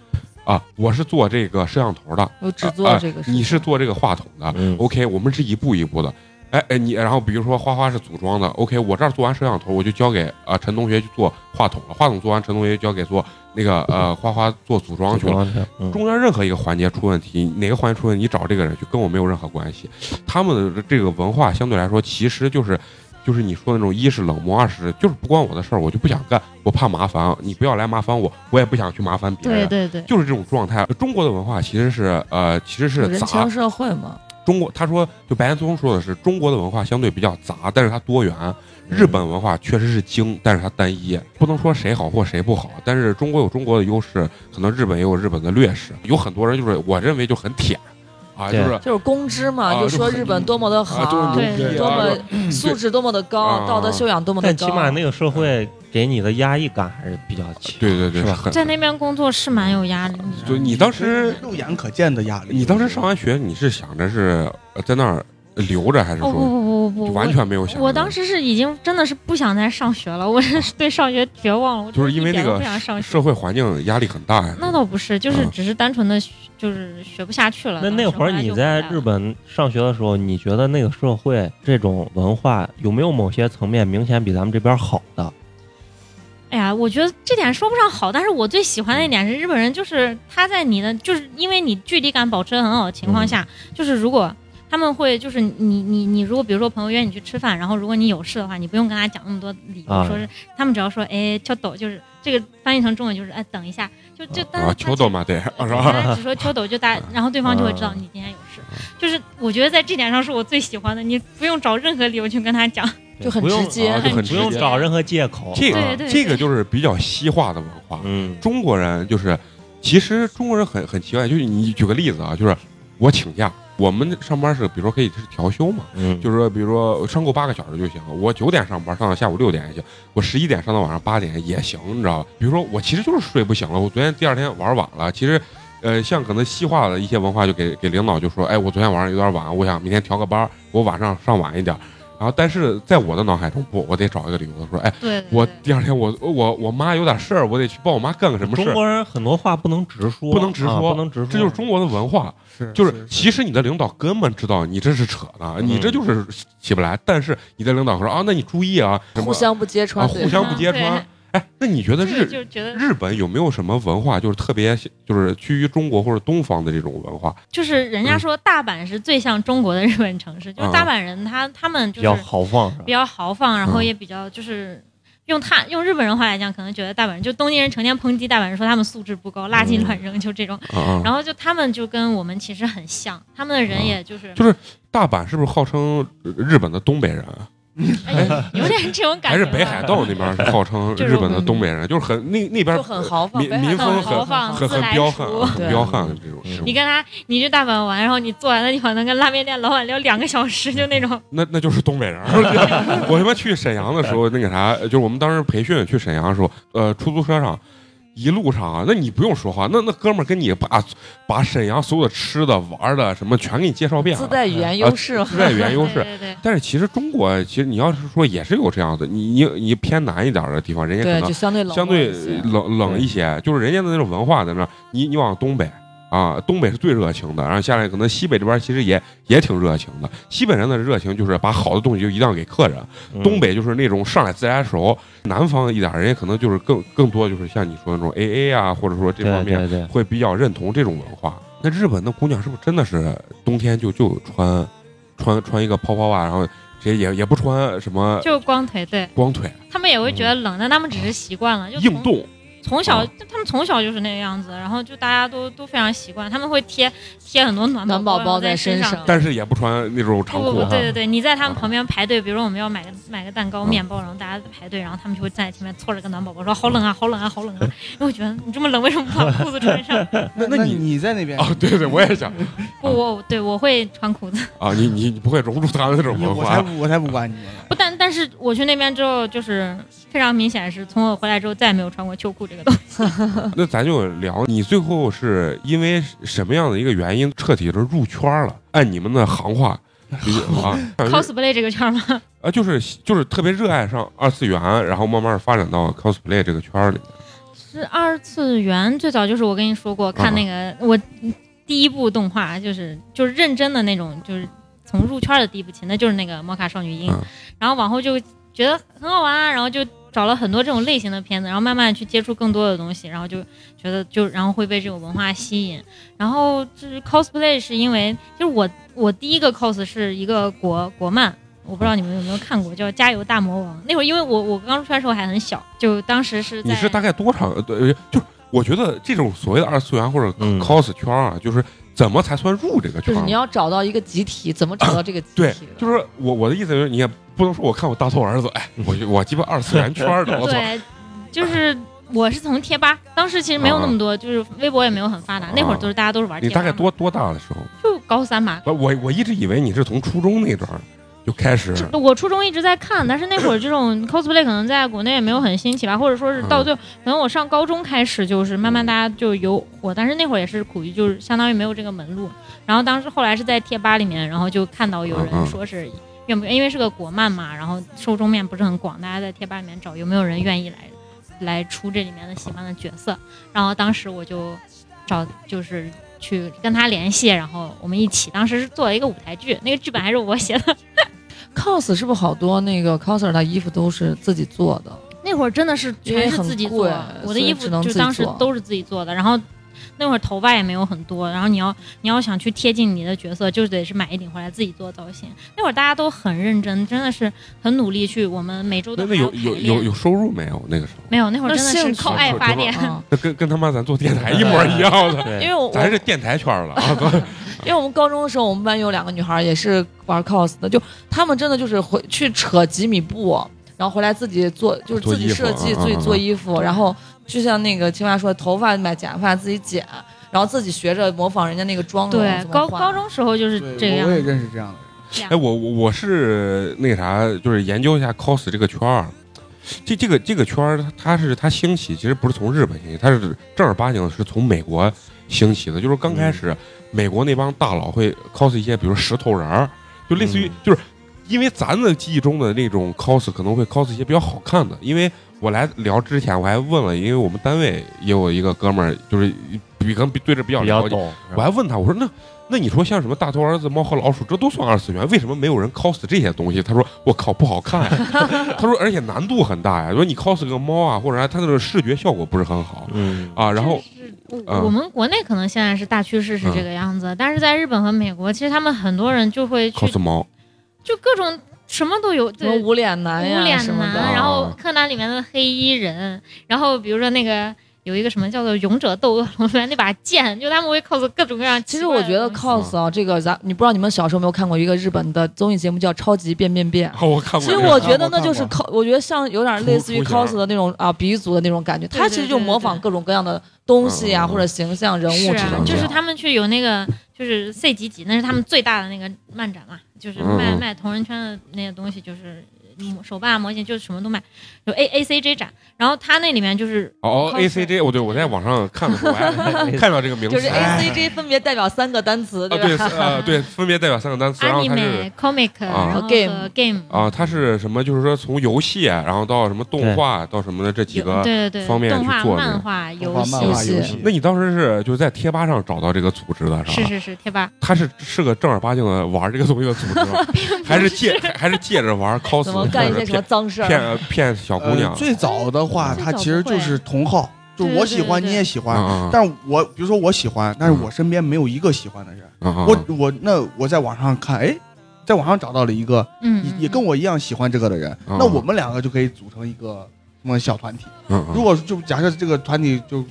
啊，我是做这个摄像头的，
我只
啊
做
啊
这个事情。
你是做这个话筒的、
嗯
o k 我们是一步一步的。哎哎，你然后比如说花花是组装的，OK，我这儿做完摄像头，我就交给啊、呃陈同学去做话筒了，话筒做完，陈同学就交给做那个呃花花做组装去了。
嗯
中间任何一个环节出问题，哪个环节出问题，你找这个人去，跟我没有任何关系。他们的这个文化相对来说，其实就是，就是你说的那种，一是冷漠，二是就是不关我的事儿，我就不想干，我怕麻烦，你不要来麻烦我，我也不想去麻烦别
对
人，
对对，
就是这种状态。中国的文化其实是，呃，其实是
人
杂
情。社会嘛，
中国他说，就白岩松说的是，中国的文化相对比较杂，但是它多元。
嗯
日本文化确实是精，但是它单一，不能说谁好或谁不好。但是中国有中国的优势，可能日本也有日本的劣势。有很多人就是我认为就很舔，啊，就
对
是
就是公知嘛，
啊
就说
就
日本多么的好，
啊，就是
对
牛逼，
多
啊就是
么素质多么的高
啊，
道德修养多么的
但
高。
起码那个社会给你的压抑感还是比较强。
对对对，
是
是
吧
很
在那边工作是蛮有压力
嗯
的。
就你当时，
肉眼可见的压力。
你当时上完学，你是想着是呃在那儿留着，还是
哦不
说就
不不不不，
完
我
全没有想着？
我当时是已经真的是不想再上学了，我是对上学绝望了，我
就是因为那
一点都
个
不想上学。
社会环境压力很大呀。
那倒不是，就是
嗯
只是单纯的，就是学不下去了。
那那会儿你在日本上学的时候，你觉得那个社会这种文化有没有某些层面明显比咱们这边好的？
哎呀，我觉得这点说不上好，但是我最喜欢
嗯
的一点是日本人，就是他在你的，就是因为你距离感保持得很好的
嗯
情况下，就是如果他们会，就是你你你，你如果比如说朋友约你去吃饭，然后如果你有事的话，你不用跟他讲那么多理由，
啊
说是他们只要说哎秋斗，就是这个翻译成中文就是哎等一下，就就但
啊
是，
秋斗嘛得，
他
啊是
只。
吧？嗯
他只说秋斗就大，然后对方就会知道
啊
你今天有事，就是我觉得在这点上是我最喜欢的，你不用找任何理由去跟他讲，
就很
不用
直接
啊就很直
不用
接
找任何借口。啊
这个
对对
这个就是比较西化的文化。
嗯，
中国人就是，其实中国人很很奇怪，就是你举个例子啊，就是我请假，我们上班是比如说可以是调休嘛，
嗯，
就是说比如说上够八个小时就行，我九点上班上到下午六点也行，我十一点上到晚上八点也行，你知道吧？比如说我其实就是睡不醒了，我昨天第二天玩晚了，其实。呃，像可能西化的一些文化，就给给领导就说，哎，我昨天晚上有点晚，我想明天调个班儿，我晚上上晚一点儿。然后，但是在我的脑海中，不，我得找一个理由，说，哎，
对，对
我
对
第二天我我我妈有点事儿，我得去帮我妈干个什么事
中
儿。
国人很多话不能直说，
不能直
啊
说
不能直说，
这就是中国的文
哦
化，
是
就是其实你的领导根本知道你这是扯
嗯
的，你这就是起不来。但是你的领导说啊，那你注意啊，什
互
么
相不揭
啊
穿，对
互相不揭
对
穿。哎，那你觉得
这个
日
就觉得
日本有没有什么文化就是特别就是趋于中国或者东方的这种文化？
就是人
嗯
家说大阪是最像中国的日本城市，就是大阪人他他们
比
就
较
是
豪放，是吧
比较豪放，然后
嗯
也比较就是用他用日本人话来讲，可能觉得大阪人就东京人成天抨击大阪人说他们素质不高，垃
嗯
圾乱扔就这种，
啊啊，
<laughs> 然后就他们就跟我们其实很像，他们的人也就是
就是大阪是不是号称日本的东北人？
哎有点这种感
还
觉，
是北海道那边是号称
啊 <laughs> 就是
日本的东北人？就是很那那边
就很豪放，
民
北海道
民风
很
很
豪放
很
自
很
来
彪悍
熟
啊，很
对
彪悍的这种食物
你。跟他，你去大阪玩，然后你坐在那地方能跟拉面店老板聊两个小时，就那种，
那那就是东北人儿。 <laughs> 我他妈去沈阳的时候，那个啥，就是我们当时培训去沈阳的时候，呃，出租车上。一路上啊，那你不用说话，那那哥们儿跟你把把沈阳所有的吃的、玩儿的什么全给你介绍遍
自
了，
带语言优势，
自 <laughs> 带语
<laughs>
言优势。
<laughs> 对对对，
但是其实中国，其实你要是说也是有这样的，你你你偏南一点儿的地方，人家可
对，
能
就相对冷
啊相
漠
对
一些
冷冷一些，就是人家的那种文化在那儿。你你往东北啊，东北是最热情的，然后下来可能西北这边其实也也挺热情的。西北人的热情就是把好的东西就一定要给客人，
嗯
东北就是那种上来自来熟。南方一点人家可能就是更更多就是像你说的那种 A A 啊，或者说这
对
方面
对对
会比较认同这种文化。那日本的姑娘是不是真的是冬天就就穿穿穿一个泡泡袜，然后直接也也不穿什么
就光腿，对
光腿
他们也会觉得冷，但他们只是习惯了，就
硬
从
冻
从小、
哦
就他们从小就是那个样子，然后就大家都都非常习惯，他们会贴贴很多暖
暖
宝
宝宝
宝
在
在
身
上
上。
但是也不穿那种长
不不
裤
不，
哈。
对对对，你在他们
啊
旁边排队，比如说我们要买个买个蛋糕、
嗯
面包，然后大家排队，然后他们就会站在前面搓着个暖宝宝，说好冷啊，好冷啊，
<laughs>
好冷啊。然后我觉得你这么冷，为什么不把裤子穿上？
那
那你
你在
<laughs>
那边
啊，对对，我也
<laughs>
想
不，我对我会穿裤子。
啊，你你你不会融入他的那种
你
文
我才
化
不我才不管你呢。
不但但是我去那边之后，就是非常明显是从我回来之后再也没有穿过秋裤这个东西。
那咱就聊，你最后是因为什么样的一个原因彻底的入圈了？按你们的行话，就是
<laughs>
啊，
cosplay 这个圈儿吗？
啊，就是就是特别热爱上二次元，然后慢慢发展到 cosplay 这个圈儿里。
是二次元，最早就是我跟你说过
啊
看那个、我第一部动画，就是就是认真的那种，就是从入圈的第一步起，那就是那个《摩卡少女樱》
嗯
然后往后就觉得很好玩啊，然后就找了很多这种类型的片子，然后慢慢去接触更多的东西，然后就觉得就然后会被这种文化吸引，然后就是 cosplay 是因为就是我我第一个 cos 是一个国国漫。我不知道你们有没有看过，叫《加油大魔王》。那会儿，因为我我刚出来的时候还很小，就当时是在
你是大概多长？呃，就是我觉得这种所谓的二次元或者
嗯
cos 圈儿啊，就是怎么才算入这个
就
圈
是
儿
你
呢？
要找到一个集体，怎么找到这个集
对
体的？，
就是我我的意思就是，你也不能说我看我大头儿子，哎，
<laughs>
我就我鸡巴二次元圈儿的，我操！
对，就是我是从贴吧，当时其实没有那么多，就是微博也没有很发达，那会儿都是大家都是玩
你
贴吧
大
嘛。
概多多大的时候？
就高三吧。
不，我我一直以为你是从初中那段儿就开始
就我初中一直在看，但是那会儿这
<coughs>
种 cosplay 可能在国内也没有很兴起吧，或者说是
嗯
到最后，可能我上高中开始就是慢慢大家就有火，但是那会儿也是苦于就是相当于没有这个门路。然后当时后来是在贴吧里面，然后就看到有
嗯嗯
人说是愿不愿，因为是个国漫嘛，然后受众面不是很广，大家在贴吧里面找有没有人愿意来来出这里面的喜欢的角色。然后当时我就找就是。去跟他联系，然后我们一起，当时是做了一个舞台剧，那个剧本还是我写的，
cos 是不是好多那个 coser 他衣服都是自己做的？啊
那会儿真的是全是自己做
因为很贵，
我的衣服
所以只能自
就
己
当时
做
都是自己做的，然后。那会儿头发也没有很多，然后你要你要想去贴近你的角色，就得是买一顶回来自己做造型。那会儿大家都很认真，真的是很努力去。我们每周都
那那
还要
有
排
有
练
有有收入没有？那个时候，
没有？那会儿
那
真的
兴
是
趣
靠爱发电。
嗯，
那跟跟他妈咱做电台一模一样
<laughs>
的，
因
对，
为我
咱是电台圈儿了啊！都
因为我们高中的时候，我们班有两个女孩儿也是玩 cos 的，就她们真的就是回去扯几米布，然后回来自己做，就是
做
自己
衣服
设计，
啊啊
自己
啊
做衣服，然后就像那个青蛙说，头发买假发自己剪，然后自己学着模仿人家那个妆容
对
怎，么
高
画
高中时候就是
对，
这个样
我我也
子。
认识这样的人。
哎，我我我是那个啥，就是研究一下 cos 这个圈儿。啊这这个这个圈儿，它它是它兴起，其实不是从日本兴起，它是正儿八经是从美国兴起的。就是刚开
嗯
始，美国那帮大佬会 cos 一些，比如石头人儿，就类似于、
嗯
就是因为咱的记忆中的那种 cos 可能会 cos 一些比较好看的。因为我来聊之前，我还问了，因为我们单位也有一个哥们儿，就是比可能比对这比较
比较
了解，
懂，
我还问他，我说那那你说像什么大头儿子、猫和老鼠，这都算二次元，为什么没有人 cos 这些东西？他说我靠，不好看。他说而且难度很大呀，说你 cos 个猫啊，或者啥，它那个视觉效果不是很好
嗯，
啊。然后
就是我
嗯
我们国内可能现在是大趋势是这个样子，但是在日本和美国，其实他们很多人就会去
cos 猫，
就各种什么都有，
什么
对，
无脸男哎呀
无脸
什么
男，
的，哦
然后
啊
柯南里面的黑衣人，然后比如说那个有一个什么叫做勇者斗恶龙里面那把剑，就他们会 cos 各种各样
其
奇
实
怪
我
的东西。
觉得 cos 啊，这个咱你不知道你们小时候有没有看过一个日本的综艺节目叫《超级变变变》。
啊，我看
其
过这
实
个。
我
我
觉得
看过
那就是
看
cos，我觉得像有点类似于
图图形
cos 的那种啊鼻祖的那种感觉，
对
他其实就模仿各种各样的东西啊
对对对
或者形象、人物之
是
类
啊
的，。
就是他们去有那个就是 C 几几，那是他们最大的那个漫展嘛，就是
嗯
卖
嗯
卖同人圈的那些东西，就是模手办啊、模型，就是什么都卖，有 A A C J 展，然后他那里面就是
哦
cos
，A C J，我对我在网上看的时候，我
<laughs>
还看到这个名
就
词
是。A
哎
C J 分别代表三个单词，
啊，
吧？
对，呃，对，分别代表三个单词，然后它是
anime、comic，
啊
然后
game
和 game
啊，它是什么？就是说从游戏，然后到什么动画，到什么的这几
有
个。
对对对
方面
动
去
画、
做的
漫画、游
动画
戏
漫画
游
游
戏
戏
那，你当时是就是在贴吧上找到这个组织的，
是
吧？
是是，贴吧。
他是是个正儿八经的玩这个东西的组织吗，还是借还还是借着玩 cos
怎么干一些什么
骗
脏事儿？
骗骗小姑娘
呃？最早的话，
嗯最
它
早
其实
不会
就是同好，就是我喜欢
对对对对
你也喜欢。
啊
但我比如说我喜欢，但
嗯
是我身边没有一个喜欢的人。
啊啊！
我我那我在网上看，哎，在网上找到了一个
嗯，
也也跟
我
我一样喜欢这个的人，
嗯
那我们两个就可以组成一个这么小团体。
嗯
如
嗯，
果就假设这个团体就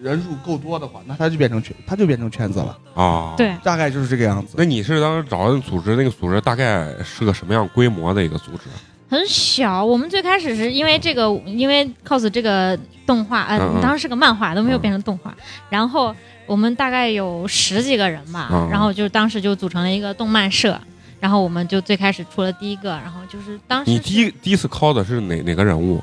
人数够多的话，那它就变成圈，它就变成圈子了，
啊，。
对，
大概就是这个样子。
那你是当时找人组织，那个组织大概是个什么样规模的一个组织？
很小。我们最开始是因为这个，因为 cos 这个动画，呃，
嗯嗯嗯
当时是个漫画，都没有变成动画。然后我们大概有十几个人吧，
嗯嗯
然后就当时就组成了一个动漫社。然后我们就最开始出了第一个，然后就是当时
你
是
第一第一次 call 的是哪哪个人物？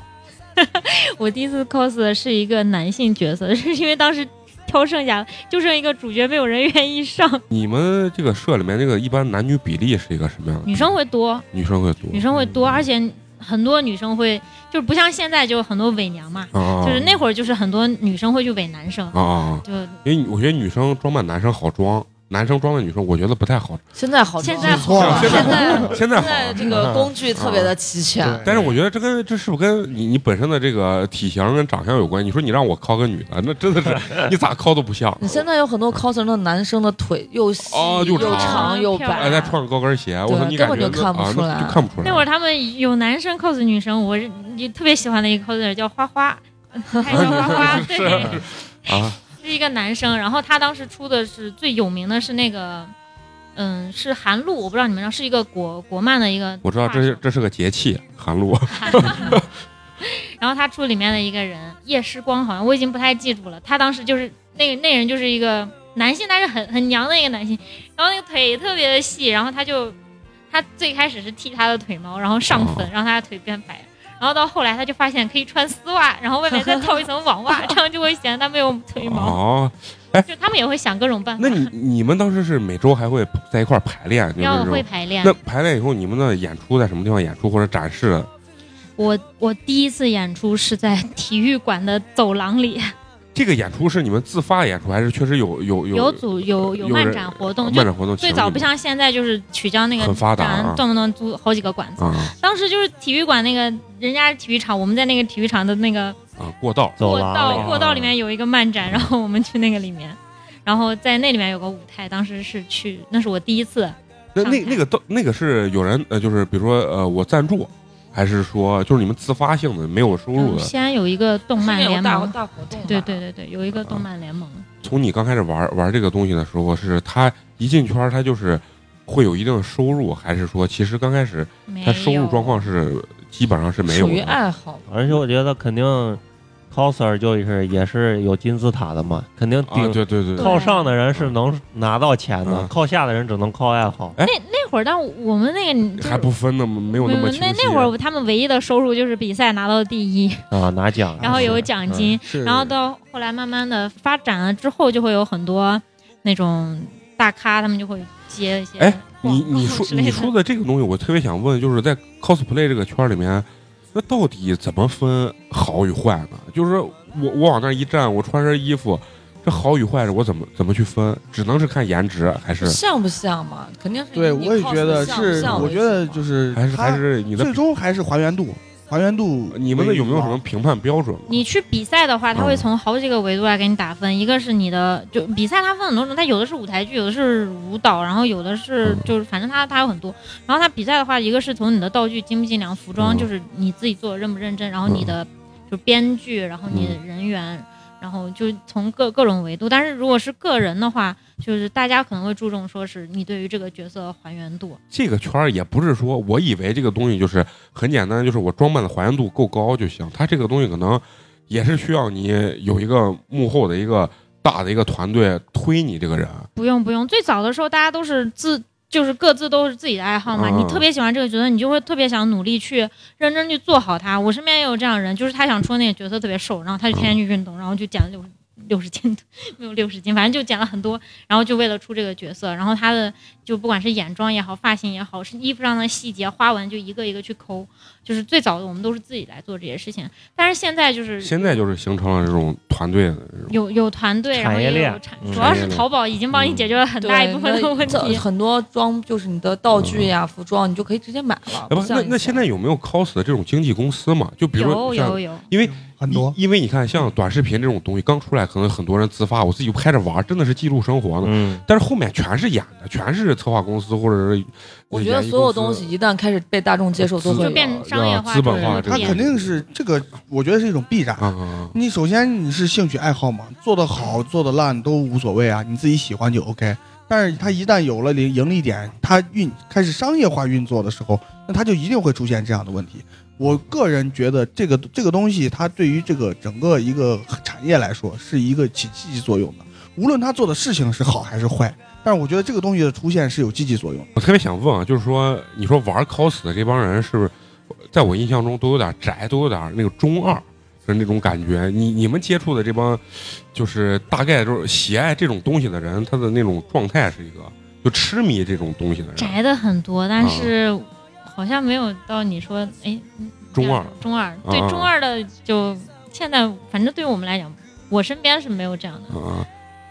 我第一次 cos 的是一个男性角色， <laughs> 是因为当时挑剩下就剩一个主角，没有人愿
<laughs>
意上，
你们这个社里面那个一般男女比例是一个什么样的？
女生会多，
女生会多，
女生会多，而且很多女生会就是不像现在就很多伪娘嘛，
啊，
就是那会儿就是很多女生会去伪男生，
啊啊，
就
因为我觉得女生装扮男生好装，男生装扮女生我觉得不太好。啊
现在好多
现在
了
错了
哦现
现
在
现在
现
好，嗯
在这个工具特别的齐全，
对
但是我觉得这跟这是不是跟你你本身的这个体型跟长相有关？你说你让我 call 个女的，那真的是你咋 call 都不像。
你现在有很多 coser 的男生的腿又细、
哦又
又
长
啊
又
哎，
白，
再穿个高跟鞋，啊我操，
对
你
根
感
本
觉
就看不
啊
出来
那就看不出来。
<laughs> 那会儿他们有男生 cos 女生，我是也特别喜欢的一个 coser 叫花花，他叫花
<laughs>
花，对，
啊，
<laughs> 是一个男生，然后他当时出的是最有名的是那个，嗯，是韩露，我不知道你们知道，是一个国国漫的一个，
我知道这是。这是个节气，寒露。
然后他出里面的一个人叶时光，好像我已经不太记住了。他当时就是那个那人就是一个男性，但是很很娘的一个男性，然后那个腿特别的细，然后他就他最开始是剃他的腿毛，然后上粉
哦，
让他的腿变白。然后到后来，他就发现可以穿丝袜，然后外面再套一层网袜，这样就会显得他没有腿毛。
<laughs> 哦，
就他们也会想各种办法
那。你你们当时是每周还会在一块儿排练，就是
要
这
会
种。
排练
那。排练以后，你们的演出在什么地方演出或者展示？
我我第一次演出是在体育馆的走廊里，
这个演出是你们自发演出，还是确实有有有
有组有有
有
漫
人哦
展活动，
漫
就
展活动请你们？
最早不像现在就是曲江那个
很发达啊
展，动不动租好几个馆子。
啊
当时就是体育馆那个人家是体育场，我们在那个体育场的那个
啊过道
<laughs>
走
过
廊
道
里
啊
过道里面有一个漫展，然后我们去那个里面，然后在那里面有个舞台，当时是去，那是我第一次，
那那
上台
那个都那个是有人呃，就是比如说呃，我赞助，还是说就是你们自发性的没有收入
嗯
的？
西安有一个动漫
现在有
联
大
盟，
大活动，
对对。对对，有一个动漫联盟，
从你刚开始玩玩这个东西的时候，是他一进圈儿他就是会有一定的收入，还是说其实刚开始
没
他收入
有
状况是基本上是没有
属于
的？啊
爱好吧，
而且我觉得肯定 coser 就是也是有金字塔的嘛，肯定
啊，
顶、
对对对
对
对，
靠上的人是能拿到钱的，
嗯
靠下的人只能靠爱好。
那会儿，但我们那个就是
还不分呢，没有那么
没
清晰。啊
那那会儿他们唯一的收入就是比赛拿到第一，
啊，拿奖，
然后有奖金，
是啊
然后到后来慢慢的发展了之后，就会有很多那种大咖，他们就会接一些
哎
广
你
告
你说
之类
你
的
说的这个东西，我特别想问，就是在 cosplay 这个圈儿里面，那到底怎么分好与坏呢？就是说我我往那儿一站，我穿身衣服，这好与坏我怎么怎么去分？只能是看颜值，还是
像不像嘛？肯定是
对，
你
我也
cos
觉得
像不
是，
像
我
为
觉得
主嘛
就是
还是
它
还是你的
最终还是还原度，还原度为主啊。
你们的有没有什么评判标准？
你去比赛的话，他会
嗯
从好几个维度来给你打分，一个是你的就比赛，它分很多种，它有的是舞台剧，有的是舞蹈，然后有的是
嗯
就是反正它它有很多。然后它比赛的话，一个是从你的道具精不精良，服装
嗯
就是你自己做的认不认真，然后你的就编剧，然后你的
嗯
人员，然后就从各各种维度。但是如果是个人的话，就是大家可能会注重说是你对于这个角色的还原度，
这个圈儿也不是说我以为这个东西就是很简单，就是我装扮的还原度够高就行。它这个东西可能也是需要你有一个幕后的一个大的一个团队推你这个人。
不用不用，最早的时候大家都是自就是各自都是自己的爱好嘛。
嗯
你特别喜欢这个角色，你就会特别想努力去认真去做好它。我身边也有这样的人，就是他想出那个角色特别瘦，然后他就天天去运动，然后就减了六六十斤， <laughs> 没有六十斤，反正就减了很多，然后就为了出这个角色，然后他的就不管是眼妆也好，发型也好，是衣服上的细节花纹，就一个一个去抠。就是最早的我们都是自己来做这些事情，但是现在就是
现在就是形成了这种团队的这种
有有团队，然后
产业
也有
链
产，
嗯
主要
产业
是
链
淘宝已经帮你解决了很
对
大一部分的
那
问
这
题。
很多装就是你的道具呀、服装，你就可以直接买了。
哎不，
像
那
以
那
前
现在有没有 cos 的这种经纪公司嘛？就比如说
有
像呃
有有，
因为
很多。
因因为你看，像短视频这种东西刚出来，可能很多人自发，我自己拍着玩儿，真的是记录生活呢。
嗯，
但是后面全是演的，全是策划公司或者是
我觉得所有东西一旦开始被大众接受，都
呃资
会有
就变商业化
资本化
了
这
他
个
变
肯定是这个，我觉得是一种必然。
啊啊啊
你首先你是兴趣爱好嘛，做得好做得烂都无所谓啊，你自己喜欢就 OK。但是它一旦有了盈盈利点，它运开始商业化运作的时候，那它就一定会出现这样的问题。我个人觉得这个这个东西，它对于这个整个一个产业来说是一个起积极作用的，无论他做的事情是好还是坏。但是我觉得这个东西的出现是有积极作用的。
我特别想问啊，就是说，你说玩 cos 的这帮人是不是，在我印象中都有点宅，都有点那个中二的那种感觉？你你们接触的这帮，就是大概就是喜爱这种东西的人，他的那种状态是一个，就痴迷这种东西的人，
宅的很多，
啊
但是好像没有到你说哎
中二。
中二对
啊
中二的就现在反正对于我们来讲，我身边是没有这样的，
啊，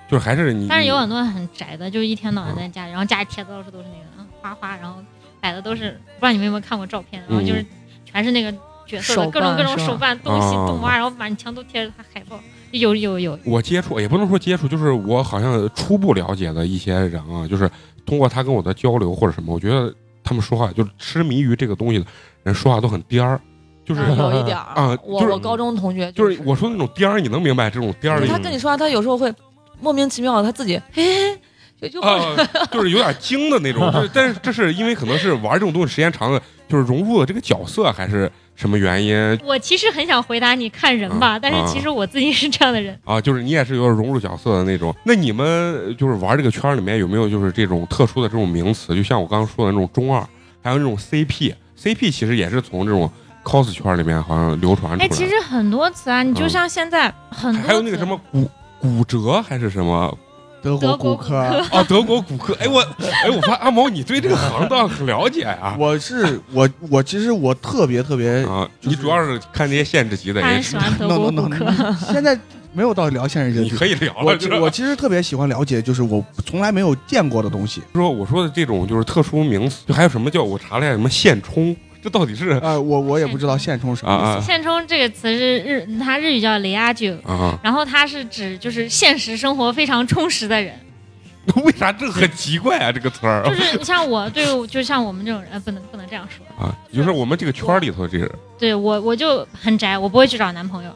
就是还是你，
但是有很多很宅的，就是一天到晚
嗯
在家里，然后家里贴的到处都是那个啊花花，然后摆的都是不知道你们有没有看过照片，然后就是全是那个角色
手
的各种
办
各种
是吧
手办东西
嗯啊
动画，然后满墙都贴着他海报，有有有
我接触也不能说接触，就是我好像初步了解的一些人啊，就是通过他跟我的交流或者什么，我觉得他们说话就是痴迷于这个东西的人说话都很颠儿，
<laughs>
就是
啊有一点儿
啊
我
就是
我高中同学
就是我说的那种颠儿，你能明白这种颠儿
就
的
是
意思
他
吗？
跟你说啊话，他有时候会莫名其妙的他自己嘿嘿嘿，就就会
啊，就是有点精的那种，就是但是这是因为可能是玩这种东西时间长了，就是融入了这个角色还是什么原因
我其实很想回答你看人吧，
啊
但是其实我自己是这样的人，
啊？就是你也是有点融入角色的那种。那你们就是玩这个圈儿里面有没有就是这种特殊的这种名词？就像我刚刚说的那种中二，还有那种 CP，CP 其实也是从这种 cos 圈儿里面好像流传出来
哎，其
的。
实很多词啊，你就像现在、很多
嗯还有那个
词
什么骨骨折还是什么
德
德
国
国
骨
骨
科
科
啊？德国骨科？哎我哎我发现阿毛你对这个行当很了解啊。
<laughs> 我是我我其实我特别特别
啊，
就
你
是
主要是看这些限制级的
他
也
很
是
喜啊欢德
no
国
no
骨
no，
科。
你现在没有到聊现实
你
人
可以聊
我
了。
其
这
我其实特别喜欢了解，就是我从来没有见过的东 <laughs> 西。
说我说的这种就是特殊名词，就还有什么叫我查了一下什么现充，这到底是
呃，我我也不知道现充什么意思。
啊
现充这个词是日，它日语叫雷阿九，
啊？
然后它是指就是现实生活非常充实的人，
<laughs> 为啥这很奇怪啊？这个词儿
就是你像我对，就像我们这种人，呃不能不能这样说，
啊，就是我们这个圈儿里头这是
对我我就很宅，我不会去找男朋友。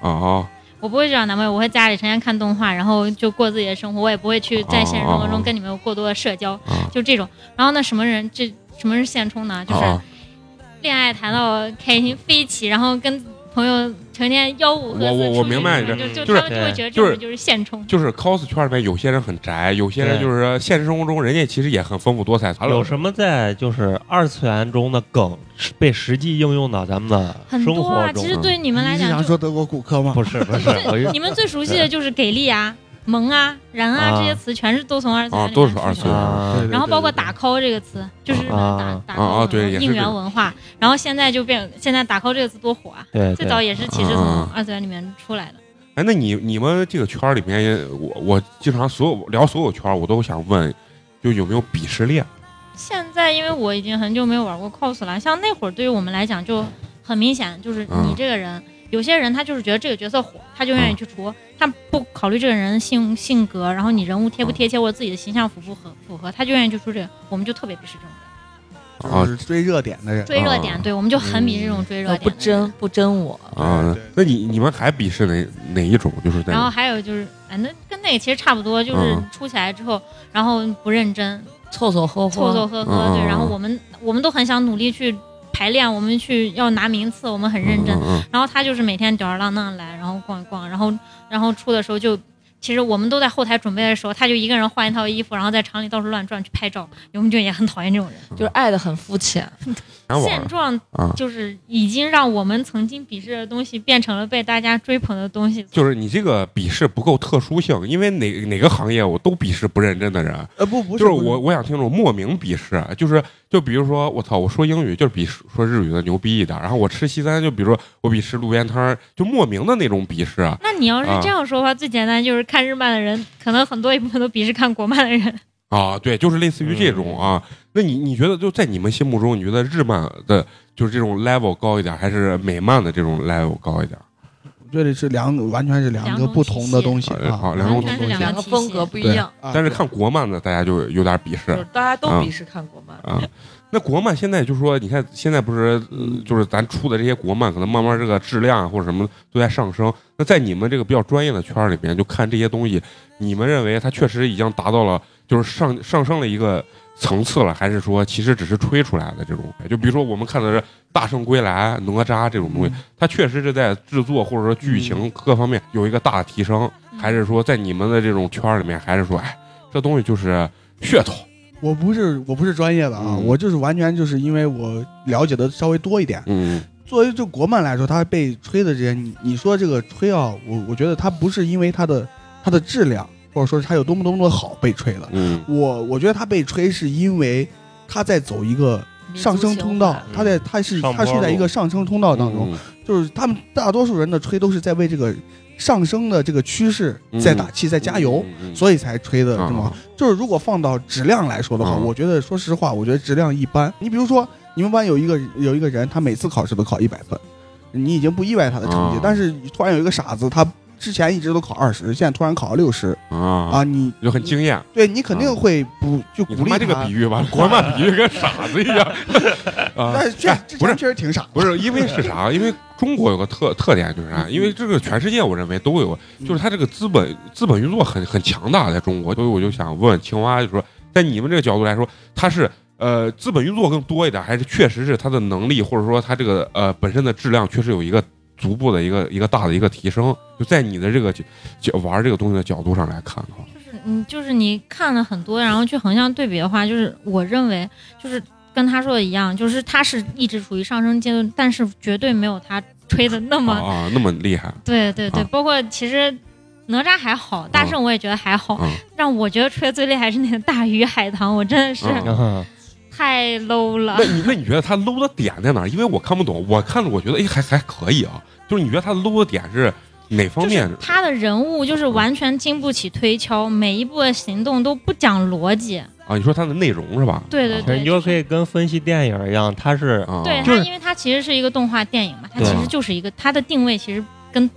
我
啊啊
我不会去找男朋友，我会在家里成天看动画，然后就过自己的生活，我也不会去在现实生活中跟你们有过多的社交，
啊
就这种。然后呢，什么人这什么是现充呢？就是
啊！
恋爱谈到开心飞起，然后跟朋友成天吆五喝四
我我我
出去
明白你这
就
就
就是他们就会觉得
就是
这种就是现充。
就是 cos 圈里面有些人很宅，有些人
对
就是说现实生活中人家其实也很丰富多彩。
有什么在就是二次元中的梗是被实际应用到咱们的
很
生
多啊，
活
其实？
中
对你们来
你是
讲
想
就，
说德国骨科吗？
不是
<laughs>
不是，我就
你们最熟悉的就是给力啊、萌啊、燃啊
啊
这些词，全是都从二次元
啊
里面
都是
出
二
现
次元
的
啊
对
然后包括打 call 这个词，就是日本的
啊
打打
啊啊
call
对
文化
也是
应
这
援
个
文化，然后现在就变，现在打 call 这个词多火啊！
对
最
对
早也是其实从
啊
二次元里面出来的。
哎，那你你们这个圈儿里面也，我我经常所有聊所有圈儿，我都想问，就有没有鄙视链？
现在因为我已经很久没有玩过 cos 了，像那会儿对于我们来讲就很明显，就是你这个人，有些人他就是觉得这个角色火，他就愿意去出，他不考虑这个人的性性格，然后你人物贴不贴切或者自己的形象符不符合符合，他就愿意去出这个，我们就特别鄙视这种人
啊
就是追热点的人。
追热点，
啊
对我们就很鄙视这种追热
呃
点的人。
不真不真我，
啊
对对，
那你你们还鄙视哪哪一种？就是在
然后还有就是，哎，那跟那个其实差不多，就是
嗯
出起来之后，然后不认真，
凑凑合合，
凑凑合合，对。
嗯
然后我们我们都很想努力去排练，我们去要拿名次，我们很认真。
嗯嗯嗯
然后他就是每天吊儿郎当来，然后逛一逛，然后然后出的时候就，其实我们都在后台准备的时候，他就一个人换一套衣服，然后在厂里到处乱转去拍照，我们就也很讨厌这种人。
就是爱的很肤浅，
难玩
现
儿
状
啊。
就是已经让我们曾经鄙视的东西变成了被大家追捧的东西，
就是你这个鄙视不够特殊性，因为哪哪个行业我都鄙视不认真的人，
呃，不不，
就是是我我想听种莫名鄙视，就是就比如说我操，我说英语就是比说日语的牛逼一点，然后我吃西餐就比如说我鄙视路边摊儿，就莫名的那种鄙视啊
那你要是这样说的话，最简单就是看日漫的人，可能很多一部分都鄙视看国漫的人。
啊，对，就是类似于这种啊。那你你觉得就在你们心目中，你觉得日漫的就是这种 level 高一点，还是美漫的这种 level 高一点？
这是两完全是两
两
个
种
不同的
体系
东西
啊
啊，
两
完
种
个
东
全是
西
两
两
个
个
体
风
系
格不一样，
啊
但是
对
看国漫的，大家就有点鄙视
就是大家都
啊
鄙视看国漫。
啊。那国漫现在就说，你看现在不是、呃就是咱出的这些国漫，可能慢慢这个质量啊或者什么都在上升。那在你们这个比较专业的圈儿里边，就看这些东西，你们认为它确实已经达到了，就是上上升了一个层次了，还是说其实只是吹出来的这种？就比如说我们看的是《大圣归来》《哪吒》这种
嗯
东西，它确实是在制作或者说剧情各方面有一个大的提升，还是说在你们的这种圈儿里面，还是说，哎，这东西就是噱头？
我不是我不是专业的啊，
嗯
我就是完全就是因为我了解的稍微多一点。
嗯
作为就国漫来说，它被吹的这些，你你说这个吹啊，我我觉得它不是因为它的它的质量，或者说是它有多么多么的好被吹的。
嗯
我我觉得它被吹是因为它在走一个
民
上
族
升
情
通道
怀，
它在它是
上
它是
坡
在一
路
个上升通道当中，
嗯
就是他们大多数人的吹都是在为这个上升的这个趋势在打气，在加油。，
嗯嗯嗯嗯
所以才吹的这么好
啊。
就是如果放到质量来说的话，
啊
我觉得说实话，我觉得质量一般。你比如说，你们班有一个有一个人，他每次考试都考一百分，你已经不意外他的成绩
啊。
但是突然有一个傻子，他之前一直都考二十，现在突然考了六十
啊，
啊，你
就很惊艳。
对你肯定会不就
啊你
鼓
他
励
妈
他。
这个比喻吧，国漫比喻跟傻子一
<laughs>
样啊！
但是确
哎
之
不是
前确实挺傻，
不是因为是啥？因为中国有个特特点就是啥？因为这个全世界我认为都有，就是它这个资本资本运作很很强大，在中国，所以我就想问青蛙，就说在你们这个角度来说，它是呃资本运作更多一点，还是确实是它的能力或者说它这个呃本身的质量确实有一个逐步的一个一个大的一个提升？就在你的这个角角玩这个东西的角度上来看的话，
就是嗯，就是你看了很多，然后去横向对比的话，就是我认为就是跟他说的一样，就是他是一直处于上升阶段，但是绝对没有他吹的那么、
啊啊那么厉害
对对对，
啊
包括其实。哪吒还好，大圣我也觉得还好，
啊！
让我觉得吹的最厉害是那个大鱼海棠，我真的是
嗯
啊
<laughs>
太 low 了
那。你那你觉得他 low 的点在哪儿？因为我看不懂，我看着我觉得哎还还可以啊，就是你觉得他 low 的点是哪方面
就是？他的人物就是完全经不起推敲，每一步的行动都不讲逻辑。
啊，你说它的内容是吧？
对对
啊
其实你就可以跟分析电影一样，它是
啊，
对
就
它，
是
因为它其实是一个动画电影嘛，它
对
其实就是一个它的定位，其实跟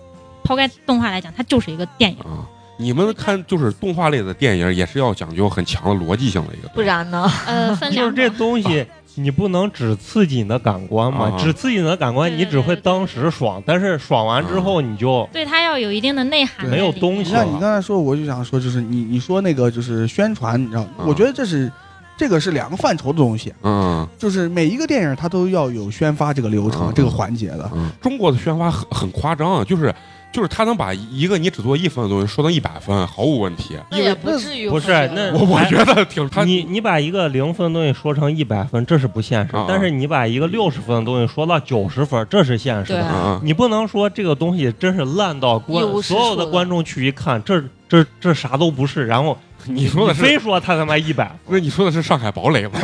抛开动画来讲，它就是一个电影。
啊，你们看就是动画类的电影也是要讲究很强的逻辑性的一个，
不然呢？
呃，分
就
两
是这
种。
东西，你不能只刺激你的感官嘛，
啊
只刺激你的感官，
对
你只会
对对
当时爽，但是爽完之后你就
<laughs> 对它要有一定的内涵，
没有东西
像
了
你刚才说，我就想说，就是你你说那个就是宣传，你知道，
啊
我觉得这是这个是两个范畴的东西，
嗯
就是每一个电影它都要有宣发这个流程、
嗯
这个环节的。
嗯，中国的宣发很很夸张啊，就是就是他能把一个你只做一分的东西说成一百分，毫无问题。
那也不至于，
不
我
是
觉得
那
我我觉得挺他
你你把一个零分的东西说成一百分，这是不现实
啊啊；
但是你把一个六十分的东西说到九十分，这是现实
对
的。
啊
你不能说这个东西真是烂到
一
观
无是处
所有的观众去一看，这这这啥都不是，然后
你说的是
非说他他妈一百，
那你说的是上海堡垒吗？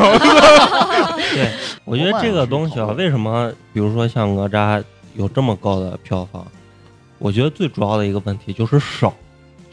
我觉得这个东西啊，为什么比如说像哪吒有这么高的票房？我觉得最主要的一个问题就是少，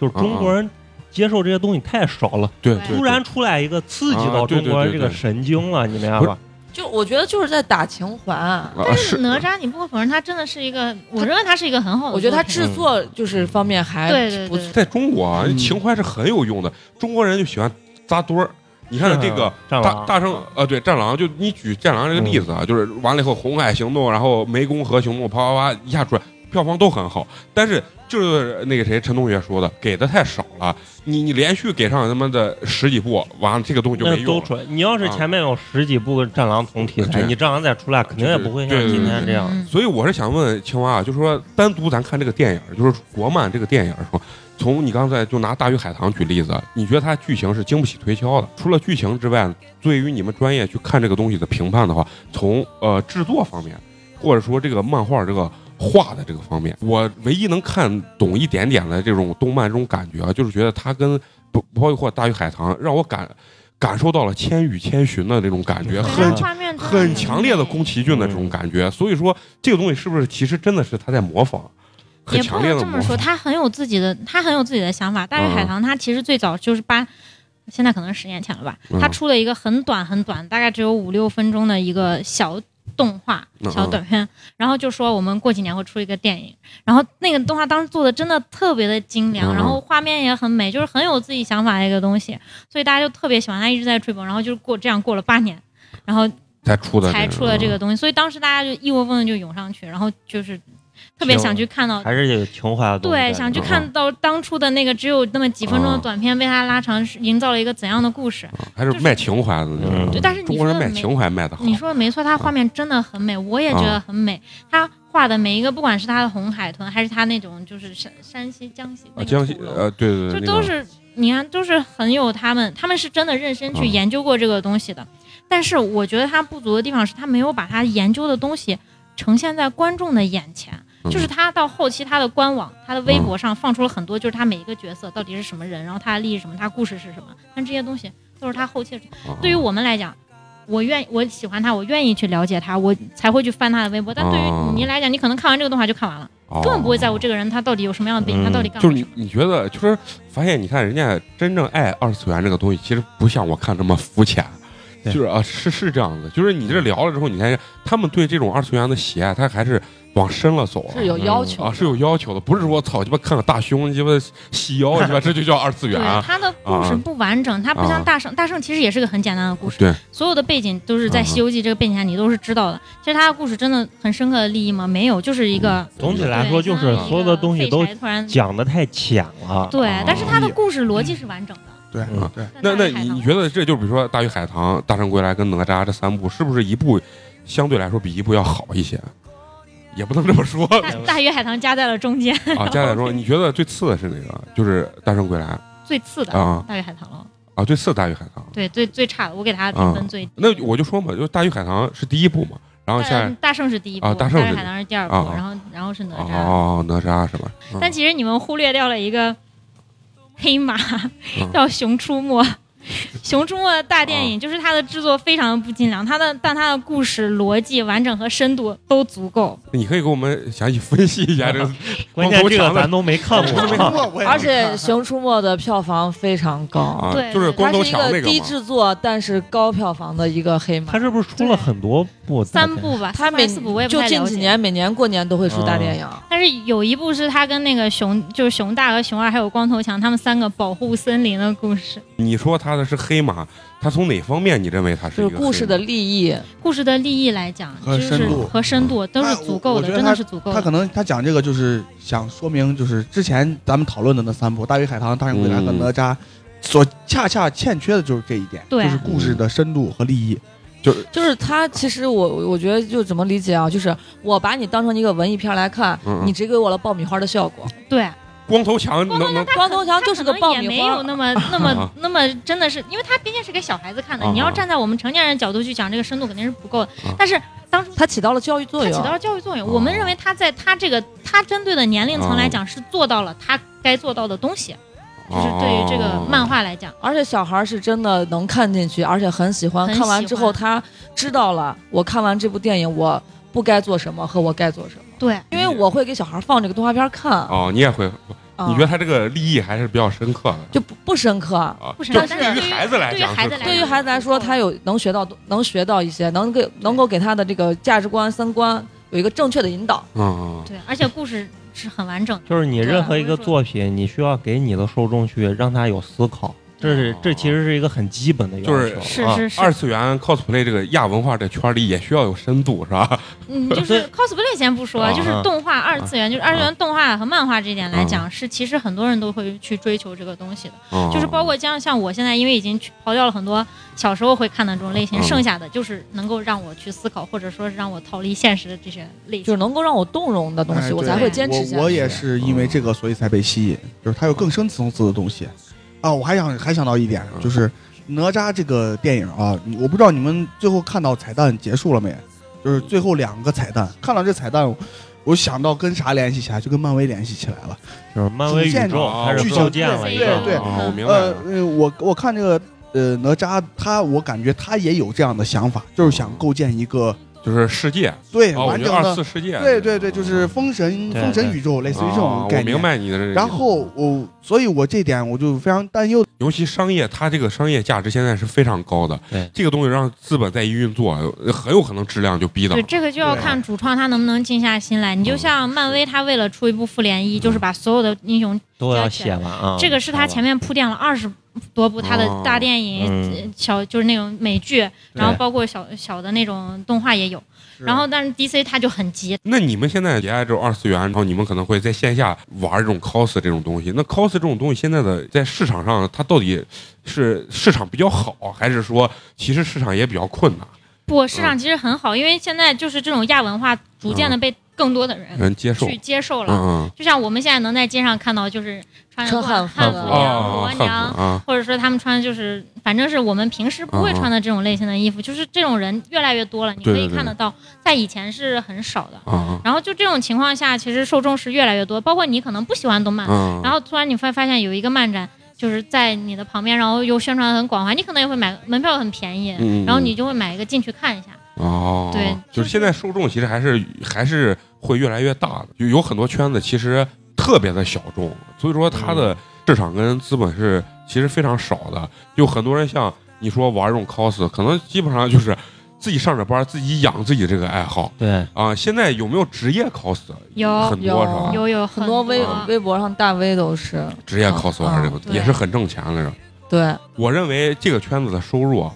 就是中国人接受这些东西太少了。
<laughs> 对，
对
嗯对
突然出来一个刺激
啊
到
对
中国人
对对
这
对
个神经了，你明白
不是
吧？
就我觉得就是在打情怀。
啊
但
是
是哪吒，你不可否认，它真的是一个，我认为它是一个很好的作品。
我觉得他制作
嗯
就是方面还
对对
不
对
在中国啊，
嗯
情怀是很有用的。中国人就喜欢扎堆儿。你看这个
啊战
大
狼嗯
大圣，呃，对，战狼，就你举战狼这个例子啊，就是完了以后红海行动，然后湄公河行动，啪啪啪一下出来，票房都很好。但是就是那个谁陈同学说的，给的太少了。你你连续给上他妈的十几部，完了这个东西就
那
没用
都
了。
出来。你要是前面有十几部战狼同题材，
对
你战狼再出来，肯定也不会像
对对
今天
对
这样。
嗯
所以我是想问青蛙啊，就是说单独咱看这个电影，就是国漫这个电影的时候，从你刚才就拿《大鱼海棠》举例子，你觉得它剧情是经不起推敲的？除了剧情之外，对于你们专业去看这个东西的评判的话，从呃制作方面，或者说这个漫画这个画的这个方面，我唯一能看懂一点点的这种动漫这种感觉啊，就是觉得它跟不包括《大鱼海棠》，让我感感受到了《千与千寻》的那种感觉，
对
嗯
它
很
强
画面真的
很强烈的宫崎骏的这种
嗯
感觉。所以说，这个东西是不是其实真的是他在模仿，很
也
强
不
烈
能
的
这
模
么
仿
说，
嗯
他很有自己的，他很有自己的想法。大鱼海棠他其实最早就是八，现在可能是十年前了吧
嗯，
他出了一个很短很短，大概只有五六分钟的一个小动画
嗯
小短片，然后就说我们过几年会出一个电影，然后那个动画当时做的真的特别的精良，
嗯
然后画面也很美，就是很有自己想法的一个东西，所以大家就特别喜欢他，一直在追捧，然后就过这样过了八年，然后
才出的
才
个
出了这个
嗯
东西，所以当时大家就一窝蜂的就涌上去，然后就是特别
啊
想去看到
还是有情怀的东西在
对，
里面。
想去看到当初的那个只有那么几分
啊
钟的短片，被他拉长，是营造了一个怎样的故事？
还是卖情怀的，就
嗯
对
是
但是你
中国人
说
卖
的没
情怀卖的好，啊
你说的没错，他画面真的很美，我也觉得很美。他画的每一个，不管是他的红海豚，还是他那种就是山山西、江西、那
啊，
个
江西
土楼
呃，对对
就
对，
都
那个
是你看，都是很有他们，他们是真的认真去
嗯
研究过这个东西的。但是我觉得他不足的地方是他没有把他研究的东西呈现在观众的眼前。
嗯
就是他到后期，他的官网、他的微博上放出了很多，就是他每一个角色到底是什么人，然后他的利益是什么，他故事是什么。但这些东西都是他后期的。
啊
对于我们来讲，我愿我喜欢他，我愿意去了解他，我才会去翻他的微博。但对
哦
于你来讲，你可能看完这个动画就看完了，
哦嗯
根本不会在乎这个人他到底有什么样的背景，他到底干
就
了
是
什
你
么。
你觉得就是发现，你看人家真正爱二次元这个东西，其实不像我看这么肤浅。就
对
是啊，是是这样子，就是你这聊了之后，你看他们对这种二次元的喜爱，他还是往深了走了，
是有要求
啊，是有要求的，不是说操鸡巴看个大胸鸡巴细
<laughs>
腰鸡巴，这就叫二次
对
元啊。
他的故事不完整，他不
啊
像大圣，大圣其实也是个很简单的故事，
对，
所有的背景都是在
嗯
《西游记》这个背景下你都是知道的。其实他的故事真的很深刻的利益吗？没有，就是一
嗯
个
嗯总体
对
来说，就
像
是
一个
所有的东西都
废柴突然
讲的太浅了。
啊
对，但是他的故事逻辑是完整的。
对
嗯
对，
那那
还
你
好 <laughs>
你觉得这就比如说《大鱼海棠》《大圣归来》跟《哪吒》这三部，是不是一部相对来说比一部要好一些？也不能这么
<laughs>
说
大大鱼海棠夹在了中间，
啊。加载说，你觉得最次的是哪个？就是《大圣归来》
最次的
啊
大鱼海棠了。
啊，最次的《大鱼海棠》。
对，最最差的，我给他评
啊
分最低。
那我就说嘛，就是《大鱼海棠》是第一部嘛，然后
大
下来
呃大圣是第一部，
啊大
大
圣是
海棠是第二部，
啊啊
然后然后是哪
哦
吒。
哦哪吒是吧？嗯
但其实你们忽略掉了一个黑马，
嗯
<laughs> 叫《熊
<laughs>
出没》。《熊出没》的大电影就是它的制作非常的不精良，它的但它的故事逻辑完整和深度都足够。
你可以给我们详细分析一下
<laughs>
这个
关键这个咱都没
啊
看
我没看
过。
过，我也没
而且《
看
熊出没》的票房非常高，
啊，
对
就是光
它
头
是一
强那
个
个
低
嘛。
制作但是高票房的一个黑马
他。是不是出了很多部？啊
三部吧，
它
三
每
四部我也不
就
太
近
了
几
解。
年每年过年都会出
啊
大电影，
但是有一部是他跟那个熊，就是熊大和熊二还有光头强他们三个保护森林的故事。
你说他的是黑马，他从哪方面你认为他是
就
一
是
个
故事的
黑
立意，
故事的利益来讲，
和
就是
深度
和深度都是足够的，
哎我我觉得
真的是足够
他
的
可。能他讲这个就是想说明，就是之前咱们讨论的那三部《大鱼海棠》《大圣归来》和《
嗯
哪吒》，所恰恰欠缺的就是这一点，就
对
是故事的深度和利益。
就是它其实我我觉得就怎么理解啊，就是我把你当成一个文艺片来看，
嗯嗯
你只给我了爆米花的效果，
对，
马光头强能能
光头强就是个
他可能
爆
也
米
没有
花。
那么那么
啊
那么真的是，因为他毕竟是给小孩子看的
啊，
你要站在我们成年人角度去讲这个深度肯定是不够的
啊。
但是当初
它起到了教育作
他
用，
起到了教育作用，
啊
我们认为他在他这个他针对的年龄层来讲是做到了他该做到的东西，就是
哦
对于这个漫画来讲，
而且小孩儿是真的能看进去，而且很喜欢。
很喜
看
欢
完之后，他知道了我看完这部电影我不该做什么和我该做什么，
对。
因为我会给小孩儿放这个动画片儿看。啊
哦，你也会，你觉得他这个立意还是比较深刻的
就不不深刻？
啊？
不
就是对
但是
于孩子来讲是可以的，
对于孩子来讲
对于孩子来说，他有能学到能学到一些，能给能够给他的这个价值观、三观有一个正确的引导。
嗯嗯
对，而且故事是很完整的。
就是你任何一个作品，你需要给你的受众去让他有思考，这是这其实是一个很基本的要求。
哦就是
是
啊
是是
二次元 cosplay 这个亚文化这圈里也需要有深度，是吧？
嗯，就
所以
是 cosplay 先不
啊
说，就是动画二次元，就是二次元动画和漫画这一点来讲，是其实很多人都会去追求这个东西的。
嗯
就是包括像像我现在，因为已经去刨掉了很多小时候会看的这种类
嗯
型，剩下的就是能够让我去思考，或者说是让我逃离现实的这些类
就是
型。
能够让我动容的东
哎
西，我
对
才会坚持下去。
我我也是因为这个，所以才被吸引，就是它有更深层次的东西。啊，我还想还想到一点，
嗯
就是哪吒这个电影啊，你我不知道你们最后看到彩蛋结束了没？就是最后两个彩蛋，看到这彩蛋，我想到跟啥联系起来，就跟漫威联系起来了。
就是漫威宇宙，
啊
它是构建了一个
对
啊我明白
呃
了，
呃，我我看这个呃哪吒，他我感觉他也有这样的想法，就是想构建一个
就是世界啊，
对，
我
完
觉得
整
二
的，
次世界，
对对对，就是
啊
封神
对
封神宇宙，类似于这种概
我明
念。
白你的这个意思。
然后我，所以我这点我就非常担忧。
尤其商业，它这个商业价值现在是非常高的。
对
这个东西让资本再一运作，呃很有可能质量就逼到
对，。这个就要
对
看主创他能不能静下心来。你就
嗯
像漫威，他为了出一部复联一，就是把所有的英雄，
都要写完啊。
这个是他前面铺垫了二十多部他
哦
的大电影、呃
嗯
小就是那种美剧，然后包括小小的那种动画也有。然后但是 DC 他就很急，
那你们现在也爱这种二次元，然后你们可能会在线下玩这种 cos 这种东西。那 cos 这种东西现在的在市场上，它到底是市场比较好，还是说其实市场也比较困难？
不，市场其实很好，因为现在就是这种亚文化逐渐的被更多的人
人接受？
去接受
嗯
了。
嗯，
就像我们现在能在街上看到，就是穿着
穿汉
汉
服
汉
的
服
啊
嗯
呀、
啊
罗
啊
娘
啊！
或者说他们穿的就是，反正是我们平时不会穿的这种类型的衣服，就是这种人越来越多了，你可
对对
以
对
看得到，在以前是很少的。
啊
然后就这种情况下，其实受众是越来越多，包括你可能不喜欢动漫，
啊！
然
后
后突然你会发现有一个漫展就是在你的旁边，然后又宣传得很广泛，你可能也会买，门票很便宜，
嗯
然后你就会买一个进去看一下。
哦，
对
就是现在受众其实还是还是会越来越大的，有有很多圈子其实特别的小众，所以说它的市场跟资本是其实非常少的。有很多人像你说玩这种 cos，可能基本上就是自己上着班，自己养自己这个爱好
对，
啊。现在有没有职业 cos？
有
很多是吧？
有有
很多微
嗯
啊
微博上大 V 都是
职业 cos 玩这个、
啊
对
也是很挣钱来着。
对，
我认为这个圈子的收入啊，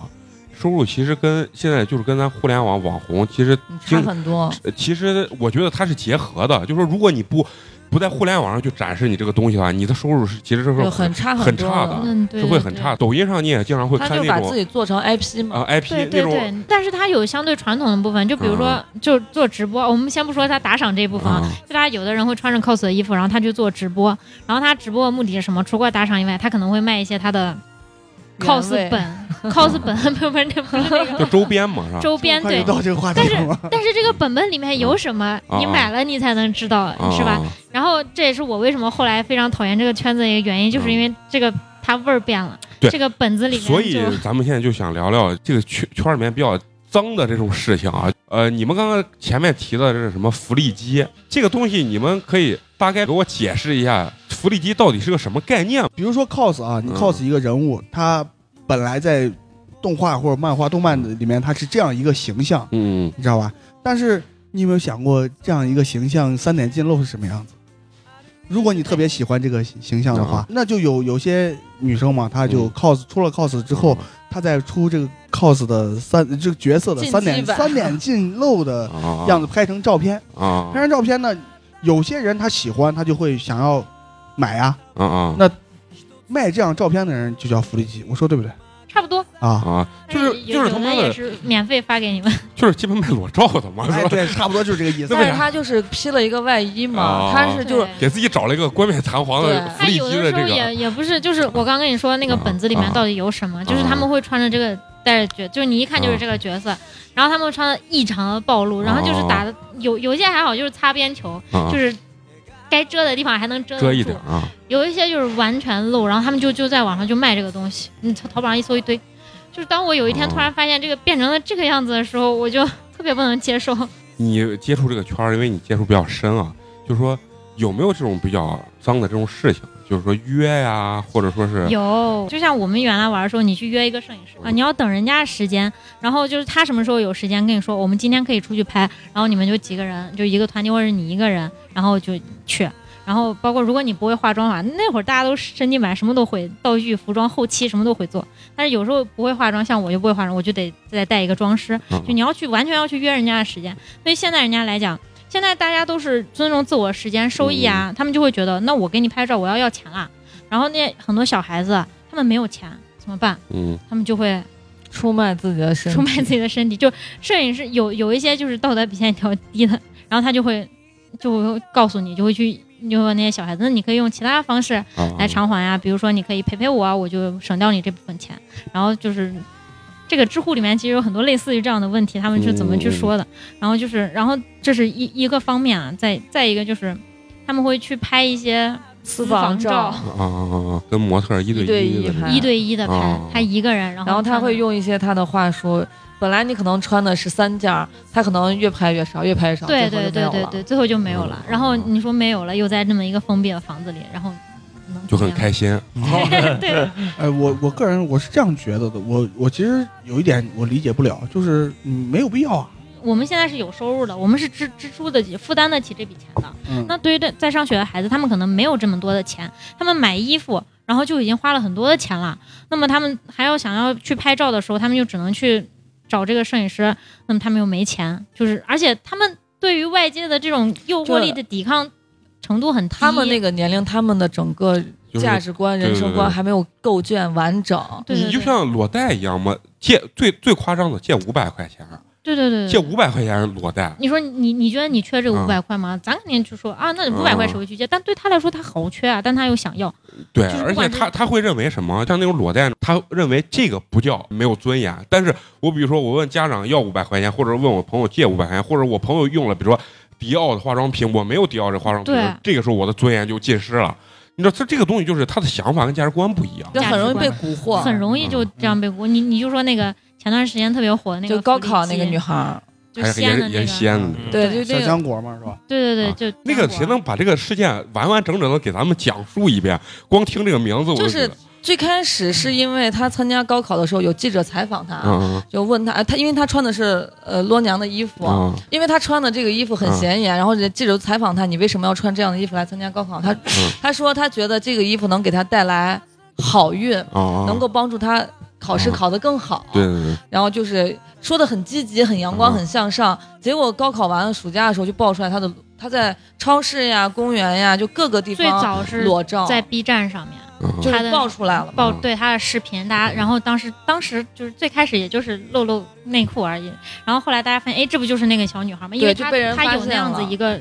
收入其实跟现在就是跟咱互联网网红其实
差很多。
呃其实我觉得它是结合的，就是说如果你不不在互联网上去展示你这个东西的话，你的收入是其实是
就
会
很差
很
多
差
的
的
嗯，对，
是会很差的。抖音上你也经常会
他
看
就
那
把自
种
己做成 IP 嘛，
啊 IP
对
那
对
种
对，但是它有相对传统的部分，就比如说，就做直播。我们先不说他打赏这部分啊，
嗯
就他有的人会穿着 cos 的衣服，然后他去做直播。然后他直播的目的是什么？除过打赏以外，他可能会卖一些他的
原
cos
味
本、
<laughs>
cos 本，不是不是那不是那个
就周边嘛，是吧？
嗯 <laughs> 周
<laughs>
边
快
对
有。到这个话题了 <laughs> 吗？
但是这个本本里面有什么，
嗯
你
啊
买了你才能知道，
啊
是吧？？然后这也是我为什么后来非常讨厌这个圈子的一个原因，就是因为这个它味儿变了。
嗯对
这个本子里面就
所以咱们现在就想聊聊这个圈圈里面比较脏的这种事情啊。呃，你们刚刚前面提的这是什么福利机？这个东西你们可以大概给我解释一下，福利机到底是个什么概念？
比如说 cos 啊，你
嗯
cos 一个人物，他本来在动画或者漫画、动漫里面他是这样一个形象，
嗯，
你知道吧？但是你有没有想过，这样一个形象三点进肉是什么样子？如果你特别喜欢这个形形象的话，那就有有些女生嘛，她就
啊嗯
cos 出了 cos 之后，她再出这个 cos 的三这个角色的
进
三点
击版
三点进肉的
啊
样子拍成照片，
啊
拍成照片呢，有些人他喜欢，他就会想要买啊，
啊啊
卖这样照片的人就叫福利机，我说对不对
差不多。
啊？
啊！就是
有
就是
有
他妈
的
的
也，是免费发给你们，
就是基本卖裸照的嘛，是
<laughs> 哎，
吧？
<laughs> 对，差不多就是这个意思。
那为
但
啥
是他就是披了一个外衣
哦
嘛，他是就是
给自己找了一个冠冕堂皇的
对
福
他
利
有
机
的时
这
候
个啊
也也不是，就是我刚跟你说那个本子里面到底有什么，就是他们会穿着这个带着角，就是你一看
啊
就是这个角色，然后他们穿的异常的暴露，然后就是打的有有一些还好，就是擦边球，
啊，
就是该遮的地方还能遮
遮一
得住
点，啊，
有一些就是完全露，然后他们就就在网上就卖这个东西，你淘淘宝上一搜一堆。就是当我有一天
哦
突然发现这个变成了这个样子的时候，我就 <laughs> 特别不能接受。
你接触这个圈儿，因为你接触比较深啊，就是说有没有这种比较脏的这种事情，就是说约呀、或者说是
有，就像我们原来玩的时候，你去约一个摄影师啊，你要等人家时间，然后就是他什么时候有时间跟你说，我们今天可以出去拍，然后你们就几个人，就一个团体或者你一个人，然后就去。然后包括如果你不会化妆的话，那会儿大家都身经百战，什么都会，道具、服装、后期什么都会做。但是有时候不会化妆，像我就不会化妆，我就得再带一个妆师。
嗯
就你要去完全要去约人家的时间。所以现在人家来讲，现在大家都是尊重自我时间收益啊，他们就会觉得，那我给你拍照，我要要钱啦。然后那很多小孩子，他们没有钱怎么办？
嗯
他们就会
出卖自己的身体，
出卖自己的身体。就摄影师有有一些就是道德底线比较低的，然后他就会就会告诉你，就会去。就问那些小孩子，那你可以用其他方式
啊
来偿还呀、比如说你可以陪陪我啊，我就省掉你这部分钱。然后就是这个知乎里面其实有很多类似于这样的问题，他们是怎么
嗯
去说的。然后就是，然后这是一一个方面啊，再再一个就是他们会去拍一些
私
房
房
照
照，
啊啊啊啊！跟模特儿一对
一对
一
一
的
拍
那
嗯
种
一对一的拍
哦，
他一个人，然后
<laughs> 然后他
穿
会
的
用一些他的话说，本来你可能穿的是三件儿，他可能越拍越少，越拍越少，
对
最
对
后就没
对
有
对
了
对，最后就没有了
嗯。
然后你说没有了，又在这么一个封闭的房子里，然后能
就很
怎样
开心。
对，
<laughs> 哎，我我个人我是这样觉得的，我我其实有一点我理解不了，就是嗯没有必要啊。
我们现在是有收入的，我们是支支出得起、负担得起这笔钱的。
嗯，
那对于在在上学的孩子，他们可能没有这么多的钱，他们买衣服，然后就已经花了很多的钱了。那么他们还要想要去拍照的时候，他们就只能去找这个摄影师，那么他们又没钱，就是而且他们对于外界的这种诱惑力的抵抗程度很低。
他们那个年龄，他们的整个
就是
价值观、人生观还没有构建完整。
对
你
对
就
对
像裸贷一样嘛，借最最夸张的借五百块钱，
对对对，对
借五百块钱裸贷，
你说你你觉得你缺这
嗯
五百块吗？咱肯定就说啊，那五百块谁会去借？但对他来说他好缺啊，但他又想要。
对，
就是
而
不
且
管是
他他会认为什么？像那种裸贷，他认为这个不叫没有尊严。但是我比如说，我问家长要五百块钱，或者问我朋友借五百块钱，或者我朋友用了，比如说迪奥的化妆品，我没有迪奥这化妆品
对，
这个时候我的尊严就尽失了。你知道，他这个东西就是他的想法跟价值观不一样。
就很容易被蛊惑，
很容易就
嗯
这样被你你就说那个前段时间特别火的那个
就高考那
福利
个
嗯
女
机，
孩儿，
就
还是
西安
也
的
是
那
也
个，
是西安的，
嗯
对，就
小
那个
浆果嘛是 <laughs> 吧？
对对
啊
对，就
那个谁能把这个事件完完整整的给咱们讲述一遍？光听这个名字我
就
觉
是
得，
最开始是因为她参加高考的时候，有记者采访
啊
她，
嗯
就问她，她因为她穿的是呃罗娘的衣服，
嗯
因为她穿的这个衣服很
嗯
显眼，然后人记者就采访她，你为什么要穿这样的衣服来参加高考？她
嗯
她说她觉得这个衣服能给她带来好运，
嗯，
能够帮助她考试
嗯
考得更好。
对对对，
然后就是说的很积极、很阳
嗯
光、很向上。结果高考完了，暑假的时候就爆出来他的他在超市呀、公园呀，就各个地
最
方
早是
裸照，
在 B 站上面
嗯
就
他的
是爆出来哦了。嗯
爆
嗯
对他的视频，大家然后当时当时就是最开始也就是露露内裤而已，然后后来大家发现哎这不就是那个小女孩吗？因为
就
她
被人
她
发
有那
现
样子
了
一个。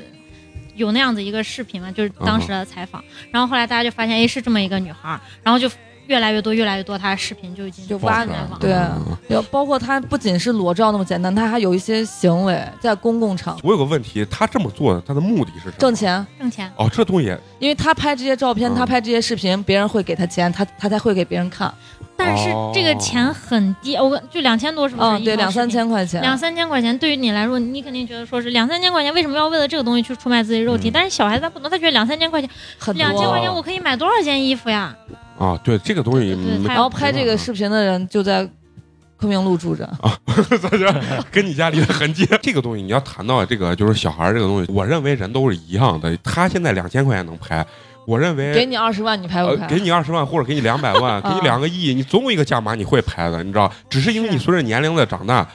有那样子一个视频嘛，就是
嗯
当时的采访，然后后来大家就发现，哎，是这么一个女孩儿，然后就越来越多，越来越多，她的视频就已经
就
爆
挖
出
出
来
来
了
了。
对
嗯
啊
嗯
要包括他不仅是裸照那么简单，他还有一些行为在公共场
我有个问题，他这么做，他的目的是什么？
挣钱，
挣钱，
哦，这东西
因为他拍这些照片，
嗯
他拍这些视频，别人会给他钱，他他才会给别人看。
但是这个
哦
钱很低，我跟就两千多是不是？
嗯，对，
一条
两三
视频
千块钱，
两三千块钱对于你来说，你肯定觉得说是两三千块钱，为什么要为了这个东西去出卖自己肉
嗯
体？但是小孩子他不能，他觉得两三千块钱，
很多。
两千块钱我可以买多少件衣服呀？
啊，对这个东西
对对对
没，
他
然后拍这
<laughs>
个视频的人就在昆明路住
<laughs>
着，
咱家跟你家离得很近。 <laughs> 这个东西你要谈到这个就是小孩儿这个东西，我认为人都是一样的。他现在两千块钱能拍，我认为
给你二十万，你拍不
呃
拍？
给你二十万或者给你两百万，给你两个亿，你总有一个价码你会拍的，你知道？只是因为
是
你随着年龄的长大。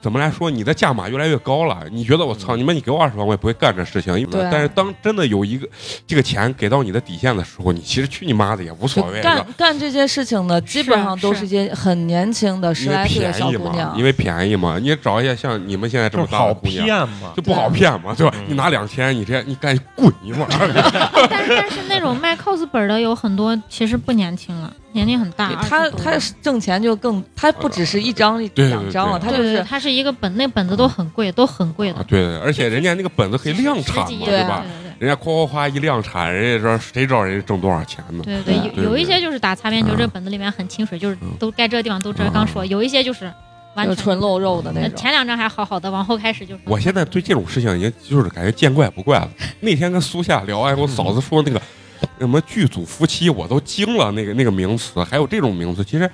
怎么来说，你的价码越来越高了。你觉得我操，你们你给我二十万，我也不会干这事情。因为
嗯对啊
但是当真的有一个这个钱给到你的底线的时候，你其实去你妈的也无
就
所谓。
干干这些事情的，基本上都
是
是一些很年轻的十
因为
来岁的
便
小
宜
姑
嘛，
娘
因。为便宜嘛，你找一些像你们现在这
就
么
是
大的
好
姑娘，
骗嘛
就，不好骗嘛，对吧？
嗯
你拿两千，你这你赶紧滚一
<laughs>
啊会儿，
但是 <laughs> 但是那种卖 cos 本的有很多其实不年轻了，年龄很大。
她
20多啊
她是挣钱就更，她不只是一张一
呃对对
两张了，她
对
就
对对，
是
它是一个本，那本子都很贵，都很贵
啊
的，
对，而且人家那个本子可以量产
十几
嘛，
页
对
吧？
对对对。
人家夸夸夸一量产，人家说谁知道人家挣多少钱呢？
对
对
对，
对
有有一些就是打擦边球，
嗯
这本子里面很清水，就是
嗯
都该这地方都这。刚说有一些就是完
就
全
是纯露肉的那
呃
种。
前两张还好好的，往后开始就是
我现在对这种事情已经就是感觉见怪不怪了。那天跟苏夏聊，哎，
嗯
我嫂子说那个什么剧组夫妻，我都惊了，那个那个名词，还有这种名词，其实。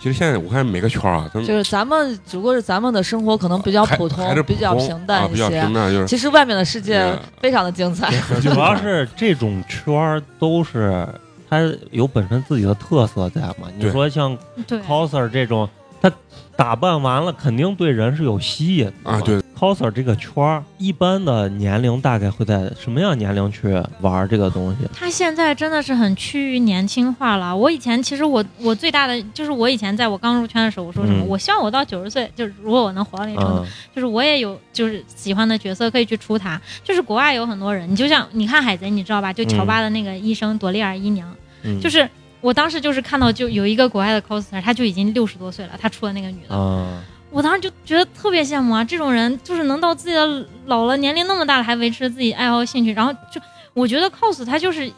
其实现在我看每个圈儿啊，他们
就是咱们，只不过是咱们的生活可能比较
还
普
还
通
是，
比较
普通
平淡
啊
一
比较
些
平。淡，就是
其实外面的世界
嗯
非常的精彩，
主要是这种圈儿都是它有本身自己的特色在嘛。你
对
说像
对
coser 这种，他打扮完了肯定对人是有吸引的
啊，
嘛
对，
coser 这个圈儿，一般的年龄大概会在什么样年龄去玩这个东西？
他现在真的是很趋于年轻化了。我以前其实我我最大的就是我以前在我刚入圈的时候，我说什么，
嗯
我希望我到九十岁，就是如果我能活到那个程度，
嗯，
就是我也有就是喜欢的角色可以去出他。就是国外有很多人，你就像你看海贼，你知道吧？就乔巴的那个医生朵莉尔姨娘，
嗯
就是我当时就是看到就有一个国外的 coser，她就已经六十多岁了，她出的那个女的，
啊，
我当时就觉得特别羡慕啊，这种人就是能到自己的老了年龄那么大了还维持自己爱好兴趣，然后就我觉得 cos 它就是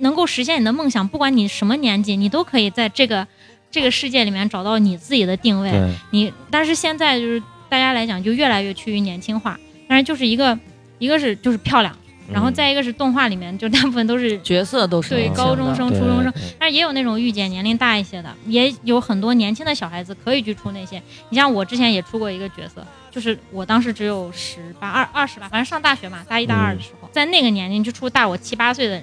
能够实现你的梦想，不管你什么年纪，你都可以在这个这个世界里面找到你自己的定位。
对，
你但是现在就是大家来讲就越来越趋于年轻化，但是就是一个一个是就是漂亮，然后
嗯
再一个是动画里面就大部分都是，
角色都是
对
年轻
高
的
中生
对
初中生
对
但是也有那种御姐年龄大一些的，也有很多年轻的小孩子可以去出那些。你像我之前也出过一个角色，就是我当时只有十八二二十吧，反正上大学嘛，大一大二的时候，在那个年龄就出大我七八岁的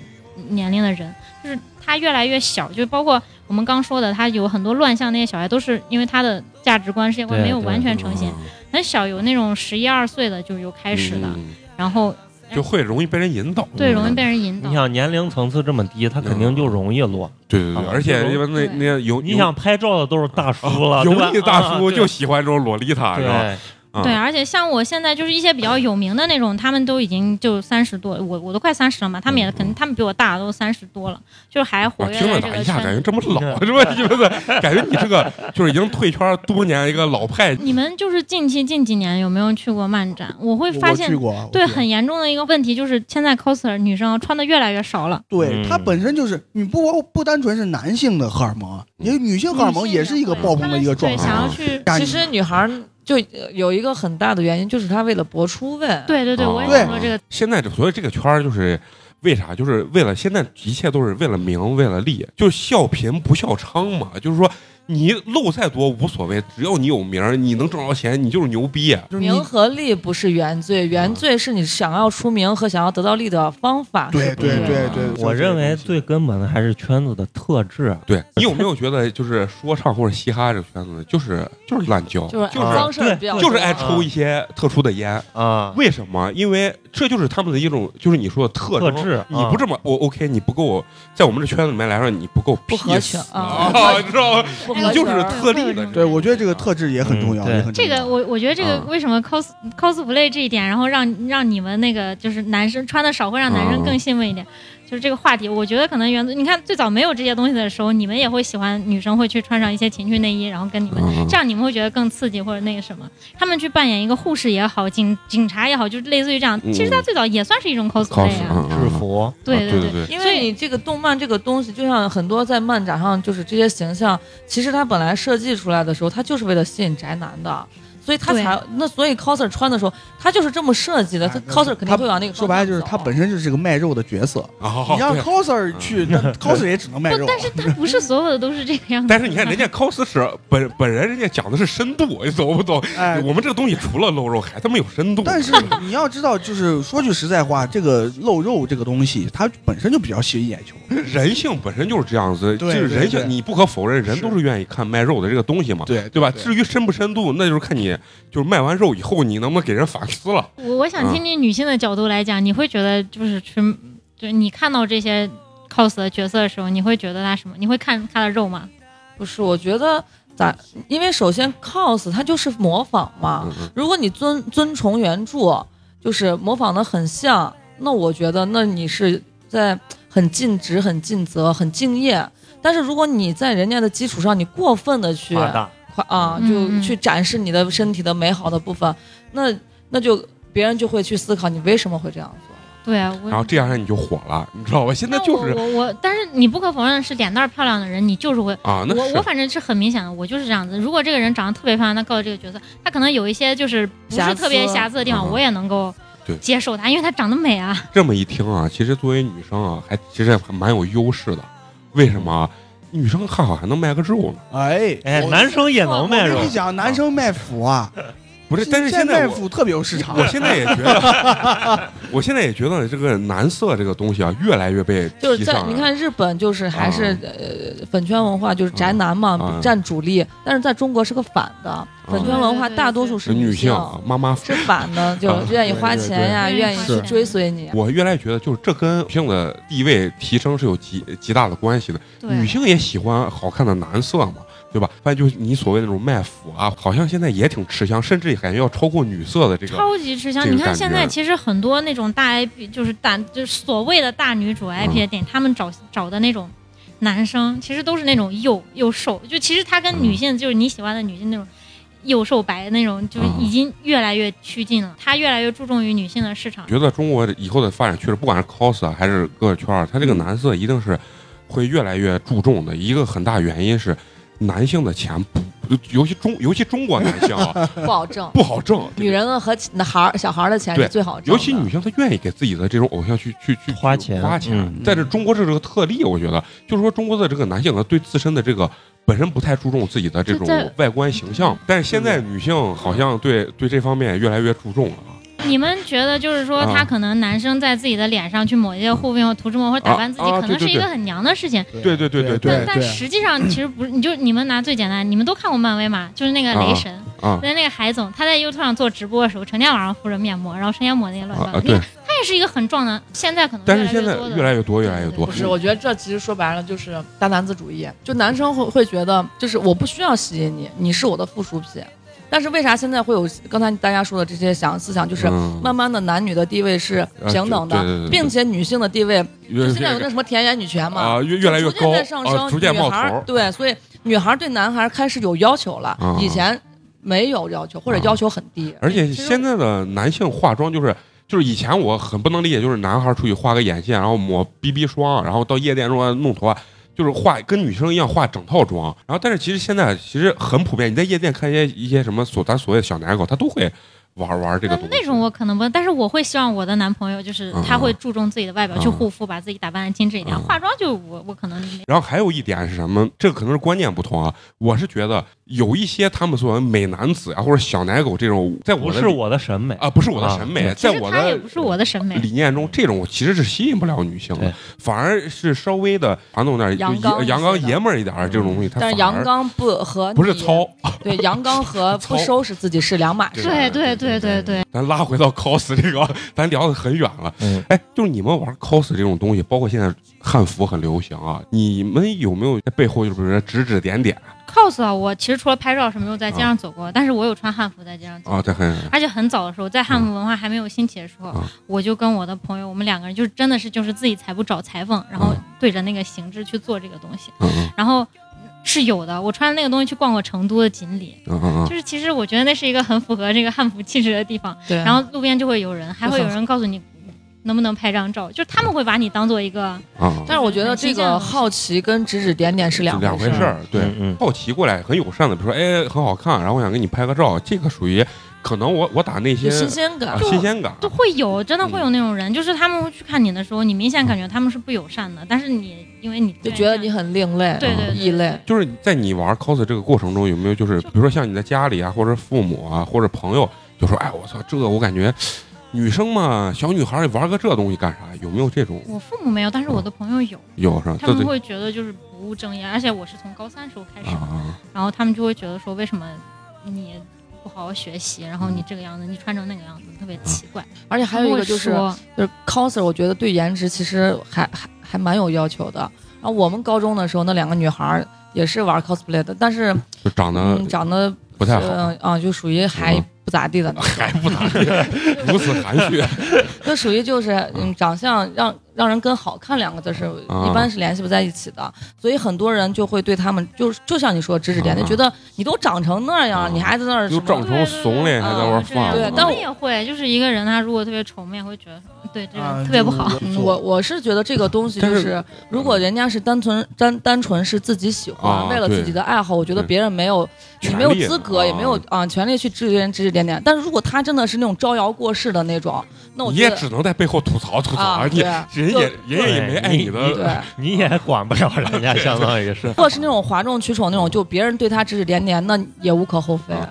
年龄的人，就是他越来越小，就包括我们刚说的，他有很多乱象，那些小孩都是因为他的价值观、世界观
对
没有
对
完全成型。很小有那种十一二岁的就有开始的，
嗯
然后
就会容易被人引导，嗯
对容易被人引导
你。想年龄层次这么低，他肯定就容易乱。
对对对，
啊
而且因为那
对
那有
你想拍照的都是大叔了，
油
对吧
腻大叔
啊
就喜欢这种洛丽塔，
对
是吧？啊
对，而且像我现在就是一些比较有名的那种，他们都已经就三十多，我我都快三十了嘛，他们也肯定他们比我大，都三十多了，就是还
嗯
活
啊，
跃
听
在
着
这
咋
个
一下
圈
感觉
子。
这
<laughs>
么
啊
老，啊是吧？就是感觉你这个就是已经退圈多年一个老派，
你们就是近期近几年有没有去过漫展？我 <laughs> 会
我
发
我去
现。
过，我
对，
去过
很严重的一个问题就是，现在 coser 女生穿的越来越少了。
对，
嗯
它本身就是你不不单纯是男性的荷尔蒙，
嗯
也女性荷尔蒙也是一个爆棚的一个状
对，想
态。啊
要去，
感
其实女孩儿就呃有一个很大的原因，就是她为了博出位。，
对对对，
哦
我也想说这个，
现在这所以这个圈儿就是为啥？就是为了现在一切都是为了名，为了利，就笑贫不笑娼嘛。就是说你露再多无所谓，只要你有名儿，你能挣着钱，你就是牛逼。啊
就是你嗯
名和利不是原罪，原罪是你想要出名和想要得到利的方法。
对
不一
对
嗯
样
对
的
对，
我认为最根本的还是圈子的特质。
对你有没有觉得，就是说唱或者嘻哈这个圈子，就是就是滥交，
就是嗯
就是
脏事儿
对
比较多
就是爱抽一些特殊的烟。
啊，
为什么？因为这就是他们的一种，就是你说的特
特
征
质啊
你不这么，我 OK，你不够，在我们这圈子里面来说，你不够
不合
peace
群啊
啊，你知道吗？
哎
不合
就
群
是
儿
特例的
对，我觉得这个特质也很重要，
嗯对
也很重
这
要
个我我觉得这个
啊
为什么 cos、cosplay 这一点，然后让让你们那个就是男生穿的少，会让男生
啊
更兴奋一点。就是这个话题，我觉得可能原你看最早没有这些东西的时候，你们也会喜欢女生会去穿上一些情趣内衣，然后跟你们、
嗯
这样，你们会觉得更刺激或者那个什么。他们去扮演一个护士也好，警警察也好，就是类似于这样。
嗯
其实他最早也算是一种
cos，
cosplay 啊，
嗯嗯
制
嗯
服，
啊
对
对
对。
对，
因
所以
为你这个动漫这个东西，就像很多在漫展上，就是这些形象，其实它本来设计出来的时候，它就是为了吸引宅男的，所以它
对
才那所以 coser 穿的时候，它就是这么设计的，
哎
它
那
coser 肯定会往那个
说白了就是
它
他本身就是个卖肉的角色，
啊，
你让
对
coser 去，那 coser 也只能卖
不
肉，啊。
但是他不是所有的都是这个样子。
但是你看人家 cos 是本本人，人家讲的是深度，你懂不懂？
哎，
我们这个东西除了露肉，还他妈有深度。
<laughs>
但是你要知道，就是说句实在话，这个露肉这个东西，它本身就比较吸引眼球。
人性本身就是这样子，就
对
是
对
人
对
性，你不可否认，人
是
都是愿意看卖肉的这个东西嘛，
对
对吧？至于深不深度，那就是看你就是卖完肉以后，你能不能给人反思了。
我我想
嗯
听听女性的角度来讲，你会觉得就是去，就是你看到这些 cos 的角色的时候，你会觉得他什么？你会看他的肉吗？
不是，我觉得咋？因为首先 cos 它就是模仿嘛，
嗯嗯，
如果你遵遵从原著，就是模仿的很像，那我觉得那你是在很尽职、很尽责、很敬业。但是如果你在人家的基础上，你过分的去
夸大，
夸啊，就
嗯嗯
去展示你的身体的美好的部分，那那就别人就会去思考你为什么会这样做。
对啊，我
然后这样你就火了，你知道吧？现在
那
就是
我我我，但是你不可否认是脸蛋儿漂亮的人，你就是会。
啊，那
我
是
我反正是很明显的，我就是这样子。如果这个人长得特别漂亮，那告诉这个角色，他可能有一些就是不
瑕
是
疵
特别瑕疵的地
嗯
方，我也能够
对
接受他，因为他长得美啊。
这么一听啊，其实作为女生啊，还其实还蛮有优势的。为什么啊？女生看好还能卖个肉呢？
哎，
哎，
我
男生也能卖
我
肉
跟你讲，男生卖腐啊，
不是，但是
现
在
卖
我
腐特别有市场。
我现在也觉得，我现在也觉得这个男色这个东西啊，越来越被
就是
提
在
上来
你看日本，就是还是、
啊
呃粉圈文化，就是宅男嘛、
啊
占主力，但是在中国是个反的，粉圈文化
对对对
大多数
是
是
女
性
性。啊妈妈
是反的，就
啊
愿意花
对对
钱呀，
对
愿意去
是
追随你。
我越来越觉得，就是这跟女性的地位提升是有极极大的关系的。女
对，
性也喜欢好看的男色嘛，对吧？反正就是你所谓那种卖腐啊，好像现在也挺吃香，甚至感觉要超过女色的这个。
超级吃香。
这个
你看
感觉
现在其实很多那种大 IP，就是大就是所谓的大女主 IP 的电影，
嗯
他们找找的那种男生，其实都是那种又又瘦，就其实他跟女性就是你喜欢的女性那种。幼瘦白那种，就
嗯
已经越来越趋近了。它越来越注重于女性的市场。
觉得中国以后的发展趋势，不管是 cos 啊，还是各个圈儿，它这个男色一定是会越来越注重的。一个很大原因是男性的钱不，尤其中尤其中国男性啊
不好挣。啊
不好挣，
女人们和那孩儿小孩儿的钱
对
是最好挣的，
尤其女性，她愿意给自己的这种偶像去去去
花
去
钱
花钱。
嗯
在这中国这是个特例，我觉得，就是说中国的这个男性可能啊对自身的这个本身不太注重自己的这种
就在
外观形
嗯
象，但是现在女性好像对对这方面越来越注重了啊。
你们觉得就是说，
啊
他可能男生在自己的脸上去抹一些护肤用涂脂抹粉打扮自己，
啊啊
可能
对
是
对
一个
对
很娘的事情。
对对对对对
但但实际上其实不是，你就你们拿最简单，你们都看过漫威嘛？就是那个雷神，
啊
那那个海总，他在 YouTube 上做直播的时候，成天晚上敷着面膜，然后成天抹那些乱七
啊
八
啊！
糟。
对
的。，他也是一个很壮的，现在可能
但是
越
现
来
在
多
越
的。
来越多，越来越多嗯
对
不。是，我觉得这其实说白了就是大男子主义。就男生会会觉得，就是我不需要吸引你，你是我的附属品。但是为啥现在会有刚才大家说的这些想思想，就是
嗯
慢慢的男女的地位是平等
啊对对对对
的，并且女性的地位，
越
就现在有那什么田园女权嘛，
啊，越越来越
逐渐
高
在上
啊，
升，
逐渐冒头
女孩儿
儿。
对，所以女孩儿对男孩儿开始有要求了，
嗯
以前没有要求或者
嗯
要求很低。
而且
其实
现在的男性化妆就是。就是以前我很不能理解，就是男孩出去画个眼线，然后抹 BB 霜，然后到夜店中啊弄头发，就是化跟女生一样化整套妆。然后，但是其实现在其实很普遍，你在夜店看一些一些什么所咱所谓的小奶狗，他都会玩玩这个
那
东西。
嗯那种我可能不，但是我会希望我的男朋友就是
嗯
他会注重自己的外表，
嗯
去护肤，把自己打扮的精致一点。
嗯
化妆就我我可能没
然后还有一点是什么？这可能是观念不同啊。我是觉得有一些他们所谓美男子啊，或者小奶狗这种，在我
不
的
是我的审美
啊，不是我的
啊
审美，
对
其
在
实
我
他也
的
不是我的审
哎
美。
理念中，这种其实是吸引不了女性的
嗯对，
反而是稍微的传统点儿、
阳
就
刚
也
一
阳
些
刚
的嗯
爷们儿一点儿这种东西，它
但是
反而
阳刚不和
不是
你
糙，
<laughs> 对，阳
<laughs>
刚和
糙
不收拾自己是两码事。
对对对对对，
咱拉回到 cos 这个，咱聊的很远了。
嗯
哎，就是你们玩 cos 这种东西，包括现在汉服很流行啊，你们有没有在背后就是比如说指指点点
cos 啊，我其实除了拍照是没有在街上走过，但是我有穿汉服在街上走。
啊？这很
而且很早的时候，在汉服文化还没有兴起的时候，
嗯
我就跟我的朋友，我们两个人就是真的是就是自己裁布找裁缝，然后
嗯
对着那个形制去做这个东西，
嗯嗯
然后是有的。我穿那个东西去逛过成都的锦里，
嗯嗯嗯
就是其实我觉得那是一个很符合这个汉服气质的地方。
对，
然后路边就会有人，还会有人告诉你能不能拍张照，就是他们会把你当做一个
嗯嗯，
但是我觉得这个好奇跟指指点点是两
就两回
回
事
儿。
儿，对。
嗯嗯
好奇过来很友善的，比如说哎很好看，然后我想给你拍个照，这个属于可能我我打那些
有新鲜感
啊，新鲜感，
都会有，真的会有那种
嗯
人，就是他们会去看你的时候，你明显感觉他们是不友善的，但是你因为你
就觉得你很另类，
对对对
异类。
就是在你玩 cos 这个过程中，有没有就是比如说像你在家里啊，或者父母啊，或者朋友，就说哎我操这个我感觉女生嘛小女孩玩个这东西干啥？有没有这
嗯
种
我父母没有，但是我的朋友有，
有是吧？
他
对
们
对
会觉得就是不务正业，而且我是从高三时候开始，
啊
然后他们就会觉得说为什么你不好好学习，然后你这个样子，你穿成那个样子特别奇怪。
嗯
而且还有一个就是
他们会说
就是 coser，我觉得对颜值其实还还还蛮有要求的。然后我们高中的时候，那两个女孩儿也是玩 cosplay 的，但是
就长得
嗯，长得
不太好，
嗯啊，就属于还
嗯
不咋地的那种，
还不咋地，如此含
<laughs>
蓄
就属于就是嗯，长相让让人跟好看两个字是
啊
一般是联系不在一起的，所以很多人就会对他们就是就像你说的指指点点，
啊
觉得你都长成那样，
啊
你还在那儿什
又
么
长成怂了，还在玩
对对对
fun，
对
我
但
们
我
也会，就是一个人他如果特别丑，我们也会觉得嗯对这
啊
个特别不好。
嗯我我是觉得这个东西就
但是
是，如果人家是单纯单单纯是自己喜欢，
啊
为了
对
自己的爱好，我觉得
对
别人没有你没有资格，也没有
啊
啊权利去指指点指指点点。但是如果他真的是那种招摇过市的那种，那我
你
觉
也
得
只能在背后吐槽吐槽，
啊，
你
对
人也人家也没爱你
对
的
对。
你也管不了人家，相当于是。
或者是那种哗众取宠那种，就别人对他指指点点，那也无可厚非。
啊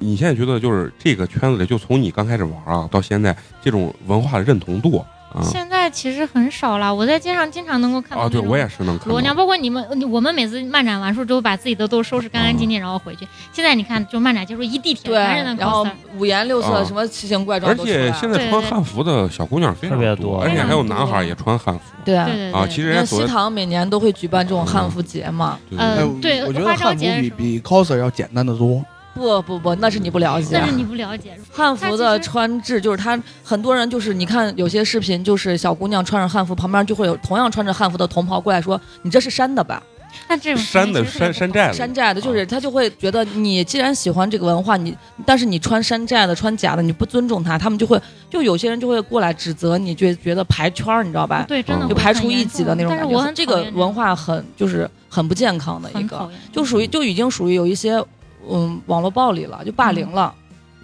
你现在觉得就是这个圈子里，就从你刚开始玩啊到现在，这种文化的认同度啊
现在其实很少了，我在街上经常能够看到
啊，对
那种
我也是能看
裸
到
娘，包括你们，我们每次漫展完事之后，把自己的都收拾干干净净，然后回去。现在你看，就漫展结束一地铁
对，
全是那 c
然后
o
五颜六
啊
色，什么奇形怪状
而
都出来
且
了。
现在穿汉服的小姑娘非常
特别多
而且还有男孩也穿汉服
对
对对对
啊。其实
因
人家
为
所
西
谓嗯
塘每年都会举办这种汉服节嘛。
对
呃
哎
对
我觉
花
得
招
汉服
节的
比
时候
比 coser 要简单的多。
不不不，那是你不了解啊
但。是你不了解，
汉服的
它其实
穿制就是它，很多人就是你看有些视频，就是小姑娘穿着汉服，旁边就会有同样穿着汉服的同袍过来说：“你这是山的吧？”
那这种
山的山山寨的啊
山寨的，就是他就会觉得你既然喜欢这个文化，你但是你穿山寨的、穿假的，你不尊重他，他们就会就有些人就会过来指责你，就觉得排圈儿，你知道吧？
对，真的
嗯
就排除异己的那种
但
感
是
觉。
我很
这个文化很就是很不健康的一
很
个
讨，厌，嗯
就属于就已经属于有一些嗯网络暴力了，就霸凌了，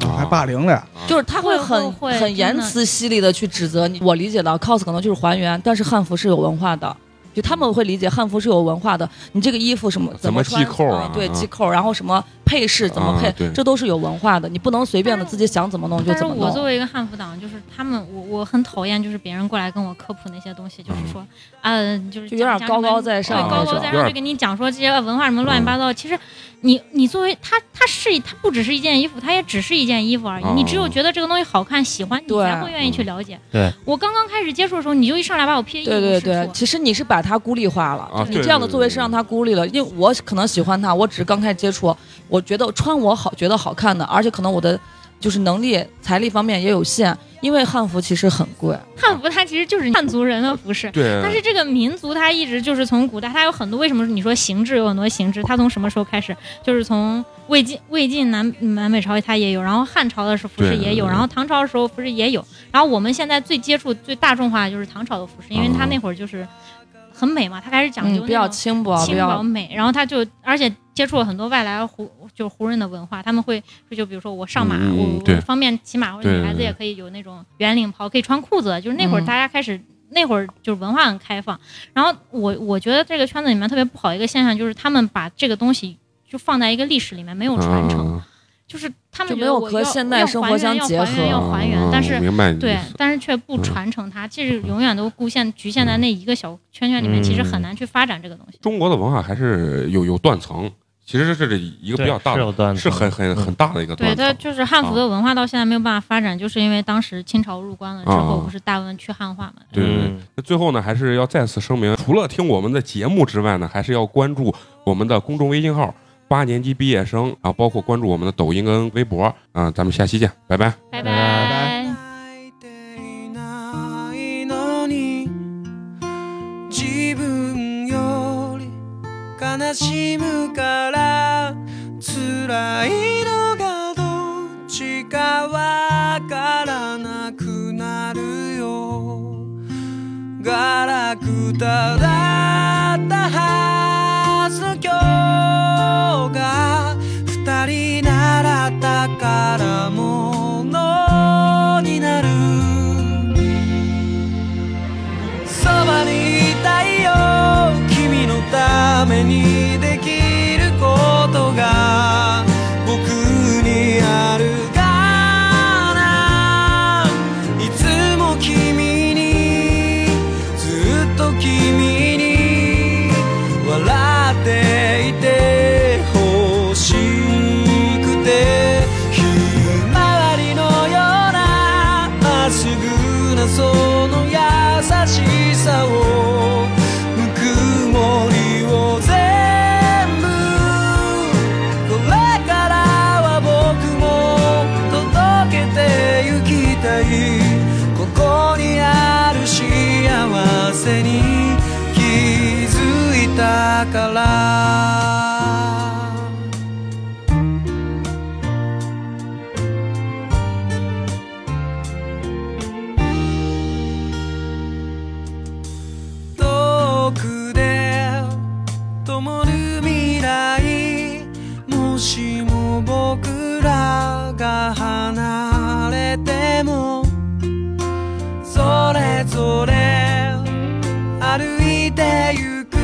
啊
还霸凌了，
就是他会
会
很
会会
很言
真的
辞犀利的去指责你。我理解的 cos 可能就是还原，但是汉服是有文化的。就他们会理解汉服是有文化的，你这个衣服什么
怎么
么穿
系扣啊
嗯对
啊
系扣，然后什么配饰怎么
啊
配
对，
这都是有文化的，你不能随便的
但是
自己想怎么弄就
但是
怎么
我作
弄。
为一个汉服党，就是他们，我我很讨厌，就是别人过来跟我科普那些东西，就是说，呃，就是
嗯就有点
讲
高高
讲什么
在上啊
对，高高
有
在
点
上，就给你讲说这些文化什么乱七八
嗯
糟。其实你，你作为他，他是他不只是一件衣服，他也只是一件衣服而已。
嗯
你只有觉得这个东西好看、喜欢，你
哦对嗯
才会愿意去了解。
对，
我刚刚开始接触的时候，你就一上来把我 E 批的一
对
无
对
是
对，
处。
其实你是把它孤立化了，
啊，
你
对
这样的作为是让他孤立了，因为我可能喜欢他，我只是刚开始接触，我觉得穿我好觉得好看的，而且可能我的就是能力、财力方面也有限，因为汉服其实很贵，
汉服它其实就是汉族人的服饰。
对，
但是这个民族它一直就是从古代，它有很多为什么你说形制有很多形制，它从什么时候开始？就是从魏晋魏晋南嗯南北朝它也有，然后汉朝的时候服
对
饰也有，
对
然后唐朝的时候服饰也有，然后我们现在最接触最大众化的就是唐朝的服饰，因为
嗯
它那会儿就是很美嘛，它开始讲
嗯，
究
比较
那种
轻薄，比
轻薄
较
美，然后它就而且接触了很多外来胡就胡人的文化，他们会就比如说我上马，
嗯嗯
我
对
我方便骑马，或者
对
女孩子
对
也可以有那种圆领袍，可以穿裤子，就是那会儿
嗯
大家开始。那会儿就是文化很开放，然后我我觉得这个圈子里面特别不好一个现象就是他们把这个东西就放在一个历史里面没有传承，
啊
就是他们
就
觉
没
得
有
我
和
要
现代
要
生
还
活
原
相
要
结
还原
合
要还原
啊，
但
我
是
明白你的
对
意思，
但是却不
嗯
传承它，其实永远都局限局限在那一个小圈圈里面，其实很
嗯
难去发展这个东西。
中国的文化还是有有断层，其实 <laughs> 这是一个比较大
是
的，
有嗯段子，
是很很很大的一个
对，
断啊
它
层。
就是汉服的文化到现在没有办法发展，就是因为当时清朝入关了之后，
啊
不是大文去汉化嘛？
对对对，
嗯
那最后呢，还是要再次声明，除了听我们的节目之外呢，还是要关注我们的公众微信号“八年级毕业生”，然后包括关注我们的抖音跟微博。啊、咱们下期见，拜拜。
拜
拜
拜。
泣いていないのに自分より悲しむから辛いのがどっちかわからなくなるよガラクタだったはずの今日が二人なら宝物になるそばにいたいよ君のためにできることが僕にあるかないつも君にずっと君に笑っていて欲しくてひまわりのようなまっすぐなその優しさをぬくもりを全部これからは僕も届けてゆきたいここにある幸せに気づいたから遠くで灯る未来もしも僕らが離れてもそれぞれ歩いてゆく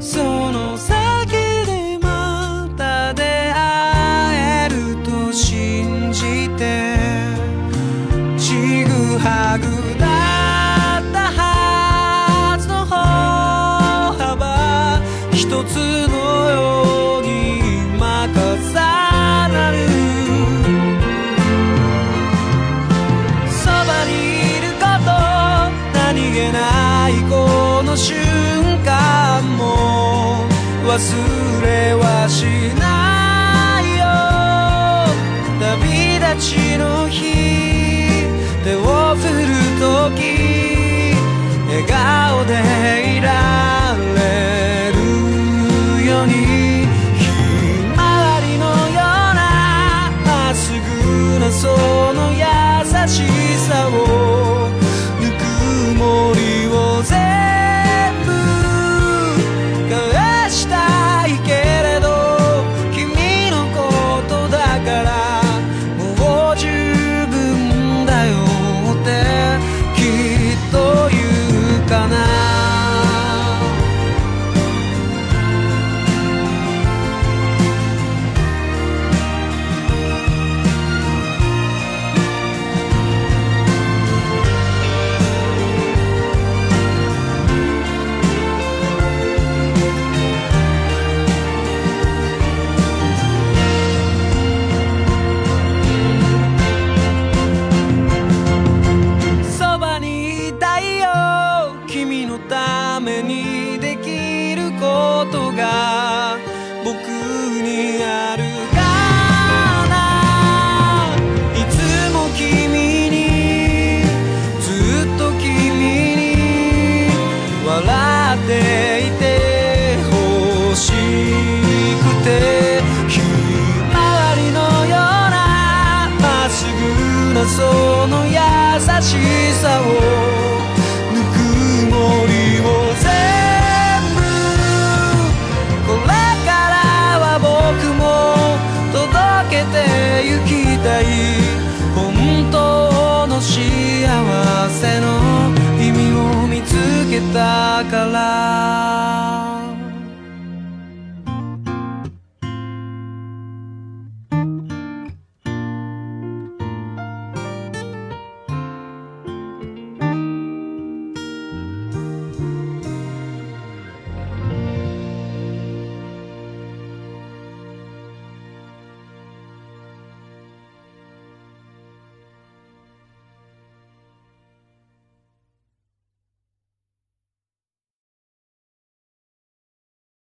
その先でまた出会えると信じてちぐはぐだったはずの歩幅一つのように今重なるそばにいること何気ないこの瞬間も忘